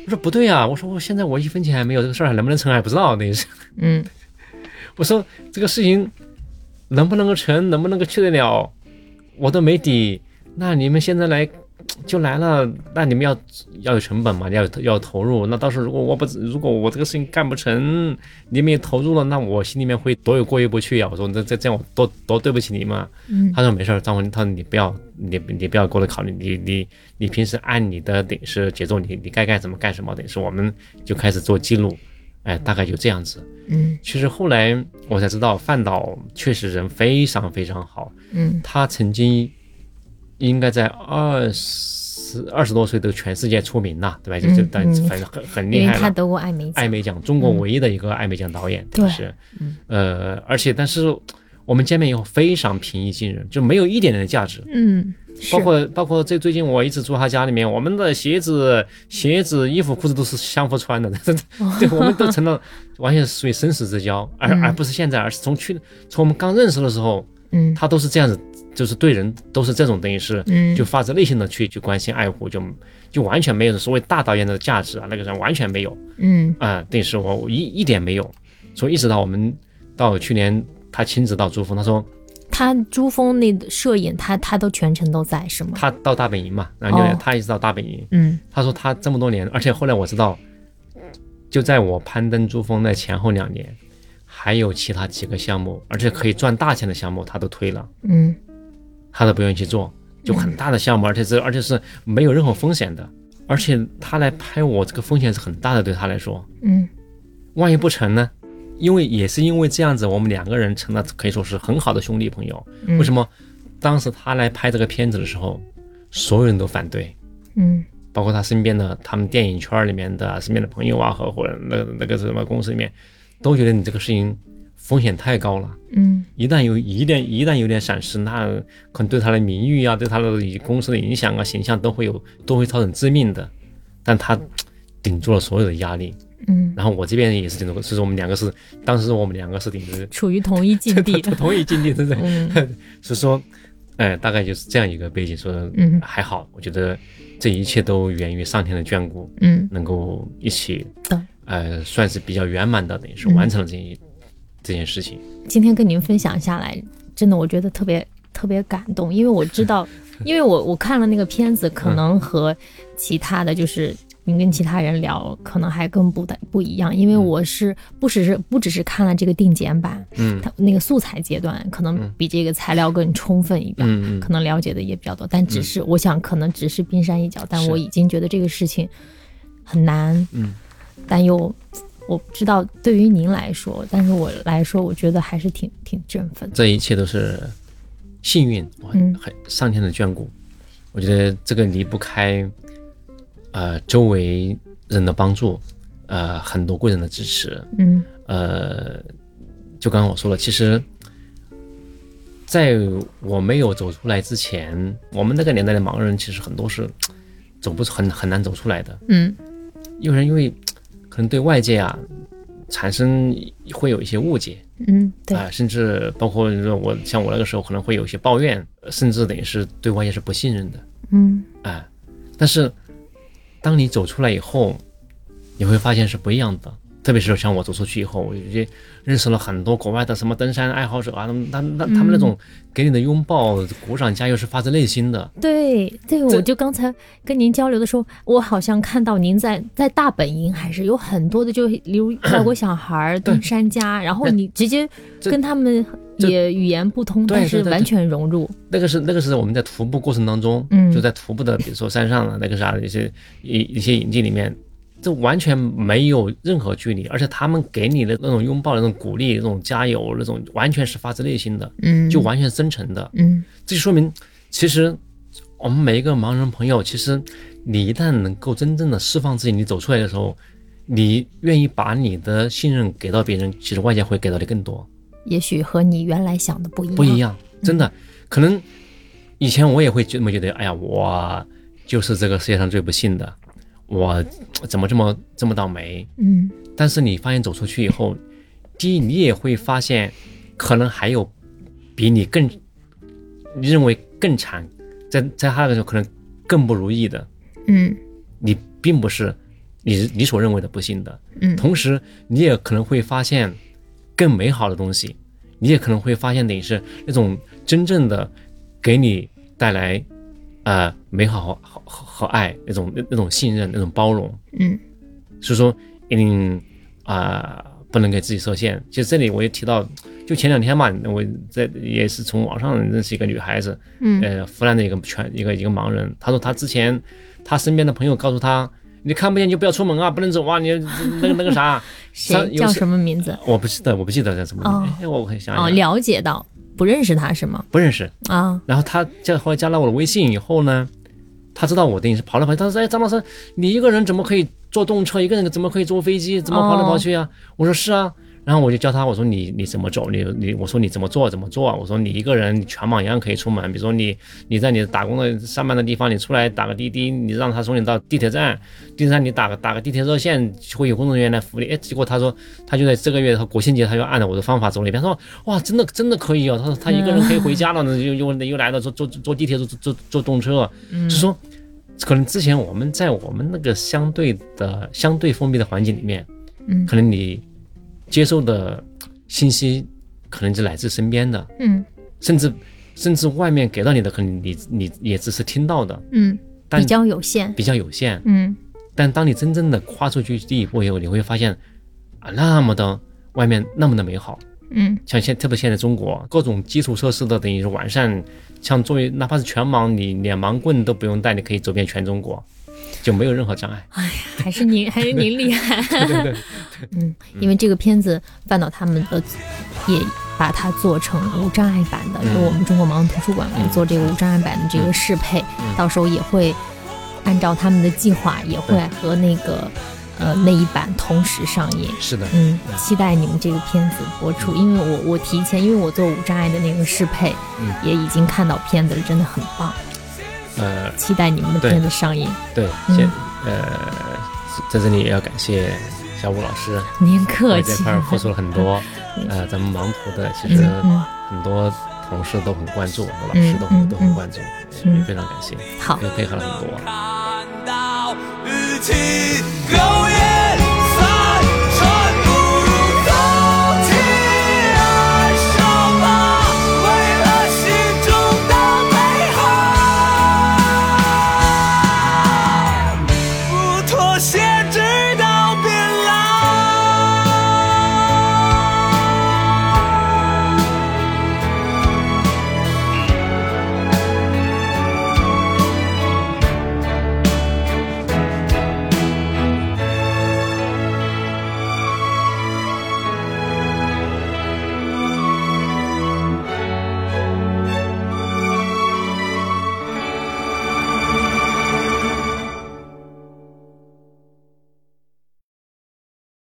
[SPEAKER 2] 我说不对啊，我说我现在我一分钱还没有，这个事儿还能不能成还不知道，那意思。
[SPEAKER 4] 嗯
[SPEAKER 2] [laughs] 我说这个事情能不能够成，能不能够去得了，我都没底。那你们现在来就来了，那你们要要有成本嘛，要有要有投入。那到时候如果我不如果我这个事情干不成，你们也投入了，那我心里面会多有过意不去呀、啊我说这这这样我多多对不起你嘛。
[SPEAKER 5] 嗯
[SPEAKER 2] 他说没事儿，张文，他说你不要你你不要过来考虑，你你你平时按你的等于是节奏，你你该干什么干什么，等于是我们就开始做记录，哎，大概就这样子。
[SPEAKER 4] 嗯
[SPEAKER 2] 其实后来我才知道，范导确实人非常非常好。
[SPEAKER 4] 嗯
[SPEAKER 2] 他曾经应该在二十二十多岁都全世界出名了，对吧？就就但反正很很厉
[SPEAKER 5] 嗯因为
[SPEAKER 2] 害
[SPEAKER 5] 他
[SPEAKER 2] 了。
[SPEAKER 5] 得过艾美奖
[SPEAKER 2] 艾，美奖，中国唯一的一个艾美奖导演，
[SPEAKER 5] 对
[SPEAKER 2] 是，呃，而且但是我们见面以后非常平易近人，就没有一点点的价值。
[SPEAKER 5] 嗯，是
[SPEAKER 2] 包括包括这最近我一直住他家里面，我们的鞋子、鞋子、衣服、裤子都是相互穿的，对，我们都成了完全属于生死之交，而、而不是现在，而是从去从我们刚认识的时候，
[SPEAKER 4] 嗯
[SPEAKER 2] 他都是这样子，就是对人都是这种等于是，
[SPEAKER 4] 嗯
[SPEAKER 2] 就发自内心的去去关心爱护，就就完全没有所谓大导演的价值啊，那个人完全没有
[SPEAKER 4] 嗯
[SPEAKER 2] 啊、等于是我我一一点没有，所以一直到我们到去年他亲自到珠峰，他说
[SPEAKER 5] 他珠峰那摄影，他他都全程都在是吗？
[SPEAKER 2] 他到大本营嘛，然后就
[SPEAKER 5] 哦
[SPEAKER 2] 他一直到大本营。
[SPEAKER 5] 嗯
[SPEAKER 2] 他说他这么多年，而且后来我知道，就在我攀登珠峰的前后两年，还有其他几个项目，而且可以赚大钱的项目，他都推了，
[SPEAKER 4] 嗯
[SPEAKER 2] 他都不愿意去做，就很大的项目，而且是而且是没有任何风险的，而且他来拍我这个风险是很大的，对他来说，
[SPEAKER 4] 嗯，
[SPEAKER 2] 万一不成呢？因为也是因为这样子，我们两个人成了可以说是很好的兄弟朋友。
[SPEAKER 4] 嗯
[SPEAKER 2] 为什么？当时他来拍这个片子的时候，所有人都反对，
[SPEAKER 4] 嗯
[SPEAKER 2] 包括他身边的他们电影圈里面的身边的朋友啊，合伙人，那那个什么公司里面，都觉得你这个事情风险太高了。
[SPEAKER 4] 嗯
[SPEAKER 2] 一旦有一旦一旦有点闪失，那可能对他的名誉啊，对他的公司的影响啊、形象都会有都会造成致命的。但他顶住了所有的压力，
[SPEAKER 4] 嗯
[SPEAKER 2] 然后我这边也是顶住，所以说我们两个是当时我们两个是顶着，
[SPEAKER 5] 处于同一境
[SPEAKER 2] [laughs]
[SPEAKER 5] 地
[SPEAKER 2] 同意境地，对不对？所以说，呃，大概就是这样一个背景，说
[SPEAKER 4] 嗯
[SPEAKER 2] 还好，我觉得这一切都源于上天的眷顾，
[SPEAKER 4] 嗯
[SPEAKER 2] 能够一起
[SPEAKER 5] 对，
[SPEAKER 2] 呃，算是比较圆满的，等于是
[SPEAKER 4] 嗯
[SPEAKER 2] 完成了这一、这件事情。
[SPEAKER 5] 今天跟您分享下来，真的我觉得特别特别感动，因为我知道，因为我我看了那个片子，可能和其他的就是。您跟其他人聊，可能还更不的不一样，因为我是不只是不只是看了这个定剪版，
[SPEAKER 2] 嗯
[SPEAKER 5] 它那个素材阶段可能比这个材料更充分一点，
[SPEAKER 2] 嗯嗯
[SPEAKER 5] 可能了解的也比较多，但只是、我想可能只是冰山一角，但
[SPEAKER 2] 是
[SPEAKER 5] 我已经觉得这个事情很难，
[SPEAKER 2] 嗯，
[SPEAKER 5] 但又我不知道对于您来说，但是我来说，我觉得还是挺挺振奋的，
[SPEAKER 2] 这一切都是幸运，我
[SPEAKER 5] 嗯
[SPEAKER 2] 很很上天的眷顾。我觉得这个离不开呃周围人的帮助，呃很多贵人的支持，
[SPEAKER 5] 嗯
[SPEAKER 2] 呃，就刚刚我说了，其实在我没有走出来之前，我们那个年代的盲人其实很多是走不很很难走出来的。
[SPEAKER 5] 嗯，
[SPEAKER 2] 有人因为可能对外界啊产生会有一些误解，
[SPEAKER 5] 嗯，对，
[SPEAKER 2] 啊、甚至包括你说我像我那个时候可能会有一些抱怨，呃甚至等于是对外界是不信任的。
[SPEAKER 5] 嗯，
[SPEAKER 2] 哎，但是当你走出来以后，你会发现是不一样的。特别是像我走出去以后，我就觉得认识了很多国外的什么登山爱好者啊，他们他们他们他
[SPEAKER 5] 嗯
[SPEAKER 2] 们那种给你的拥抱、鼓掌加油是发自内心的。
[SPEAKER 5] 对对，我就刚才跟您交流的时候，我好像看到您在在大本营还是有很多的，就比如外国小孩儿、登山家，然后
[SPEAKER 2] 那
[SPEAKER 5] 你直接
[SPEAKER 2] 哎这
[SPEAKER 5] 跟他们
[SPEAKER 2] 这
[SPEAKER 5] 也语言不通，
[SPEAKER 2] 对
[SPEAKER 5] 但
[SPEAKER 2] 对
[SPEAKER 5] 是
[SPEAKER 2] 对
[SPEAKER 5] 完
[SPEAKER 2] 对
[SPEAKER 5] 全融入。
[SPEAKER 2] 那个是那个是我们在徒步过程当中，
[SPEAKER 5] 嗯
[SPEAKER 2] 就在徒
[SPEAKER 5] [laughs]
[SPEAKER 2] 步的比如说山上啊，那个啥一些一一些营地里面，这完全没有任何距离，而且他们给你的那种拥抱、那种鼓励、那种加油、那种完全是发自内心的，
[SPEAKER 5] 嗯
[SPEAKER 2] 就完全真诚的，
[SPEAKER 5] 嗯
[SPEAKER 2] 这就说明，其实我们每一个盲人朋友，其实你一旦能够真正的释放自己，你走出来的时候，你愿意把你的信任给到别人，其实外界会给到你更多，
[SPEAKER 5] 也许和你原来想的不一样。
[SPEAKER 2] 不一。样，真
[SPEAKER 5] 嗯
[SPEAKER 2] 的。可能以前我也会这么觉得，哎呀，我就是这个世界上最不幸的，我怎么这么这么倒霉？
[SPEAKER 5] 嗯
[SPEAKER 2] 但是你发现走出去以后，第一，你也会发现，可能还有比你更你认为更惨，在在他那个时候可能更不如意的，
[SPEAKER 5] 嗯
[SPEAKER 2] 你并不是你你所认为的不幸的。
[SPEAKER 5] 嗯
[SPEAKER 2] 同时，你也可能会发现更美好的东西，你也可能会发现等于是那种真正的给你带来呃美好和和和和爱那种那那种信任那种包容。
[SPEAKER 5] 嗯
[SPEAKER 2] 所以说一定啊、不能给自己设限。其实这里我也提到，就前两天嘛，我在也是从网上认识一个女孩子，
[SPEAKER 5] 嗯
[SPEAKER 2] 呃，湖南的一个全一个一个盲人，她说她之前她身边的朋友告诉她，你看不见就不要出门啊，不能走啊，你那个那个啥， [laughs] 上
[SPEAKER 5] 谁
[SPEAKER 2] 有
[SPEAKER 5] 叫
[SPEAKER 2] 时
[SPEAKER 5] 什么名字？
[SPEAKER 2] 我不记得，我不记得叫什么名字
[SPEAKER 5] 哦，
[SPEAKER 2] 哎，我很想
[SPEAKER 5] 哦，
[SPEAKER 2] 一想，
[SPEAKER 5] 了解到不认识他是吗？
[SPEAKER 2] 不认识。
[SPEAKER 5] 啊，
[SPEAKER 2] 然后他加后来加了我的微信以后呢，他知道我等于是跑来跑去，他说：“哎，张老师，你一个人怎么可以坐动车？一个人怎么可以坐飞机？怎么跑来跑去啊？”我说：“是啊。”然后我就教他，我说你你怎么走？你你我说你怎么做怎么做？我说你一个人你全网一样可以出门，比如说你你在你打工的上班的地方，你出来打个滴滴，你让他送你到地铁站，地铁站你打个打个地铁热线，会有工作人员来扶你。哎，结果他说他就在这个月他国庆节他就按照我的方法走了一遍，他说哇真的真的可以哦，他说他一个人可以回家了，那
[SPEAKER 5] 嗯
[SPEAKER 2] 又又又来了，坐坐坐地铁坐坐坐动车，
[SPEAKER 5] 嗯
[SPEAKER 2] 就说可能之前我们在我们那个相对的相对封闭的环境里面，
[SPEAKER 5] 嗯
[SPEAKER 2] 可能你接受的信息可能是来自身边的，
[SPEAKER 5] 嗯
[SPEAKER 2] 甚至甚至外面给到你的，可能你你也只是听到的，
[SPEAKER 5] 嗯，
[SPEAKER 2] 但
[SPEAKER 5] 比较有限。
[SPEAKER 2] 比较有限。
[SPEAKER 5] 嗯
[SPEAKER 2] 但当你真正的跨出去第一步以后，你会发现啊，那么的外面那么的美好。
[SPEAKER 5] 嗯
[SPEAKER 2] 像现特别现在中国各种基础设施的等于是完善，像作为哪怕是全盲，你连盲棍都不用带，你可以走遍全中国，就没有任何障碍。
[SPEAKER 5] 还是您，还是您厉 [laughs] 害。嗯，因为这个片子，范导他们呃，也把它做成无障碍版的，
[SPEAKER 2] 嗯
[SPEAKER 5] 由我们中国盲人图书馆来
[SPEAKER 2] 嗯
[SPEAKER 5] 做这个无障碍版的这个适配，
[SPEAKER 2] 嗯
[SPEAKER 5] 到时候也会按照他们的计划，也会
[SPEAKER 2] 对
[SPEAKER 5] 和那个呃那一版同时上映。
[SPEAKER 2] 是的，
[SPEAKER 5] 嗯，期待你们这个片子播出，因为我我提前，因为我做无障碍的那个适配，
[SPEAKER 2] 嗯
[SPEAKER 5] 也已经看到片子了，真的很棒，
[SPEAKER 2] 呃，
[SPEAKER 5] 期待你们的
[SPEAKER 2] 对
[SPEAKER 5] 片子上映。
[SPEAKER 2] 对，先呃，在这里也要感谢小武老师，
[SPEAKER 5] 您客
[SPEAKER 2] 为这
[SPEAKER 5] 气
[SPEAKER 2] 块
[SPEAKER 5] 了
[SPEAKER 2] 儿，付出了很
[SPEAKER 5] [laughs]
[SPEAKER 2] 多。呃，咱们盲图的其实
[SPEAKER 5] 嗯嗯
[SPEAKER 2] 很多同事都很关注，很多老师都
[SPEAKER 5] 嗯嗯
[SPEAKER 2] 很都
[SPEAKER 5] 嗯
[SPEAKER 2] 很关注，
[SPEAKER 5] 嗯
[SPEAKER 2] 也非常感谢，
[SPEAKER 5] 好
[SPEAKER 2] 也配合了很多。
[SPEAKER 1] 看到雨季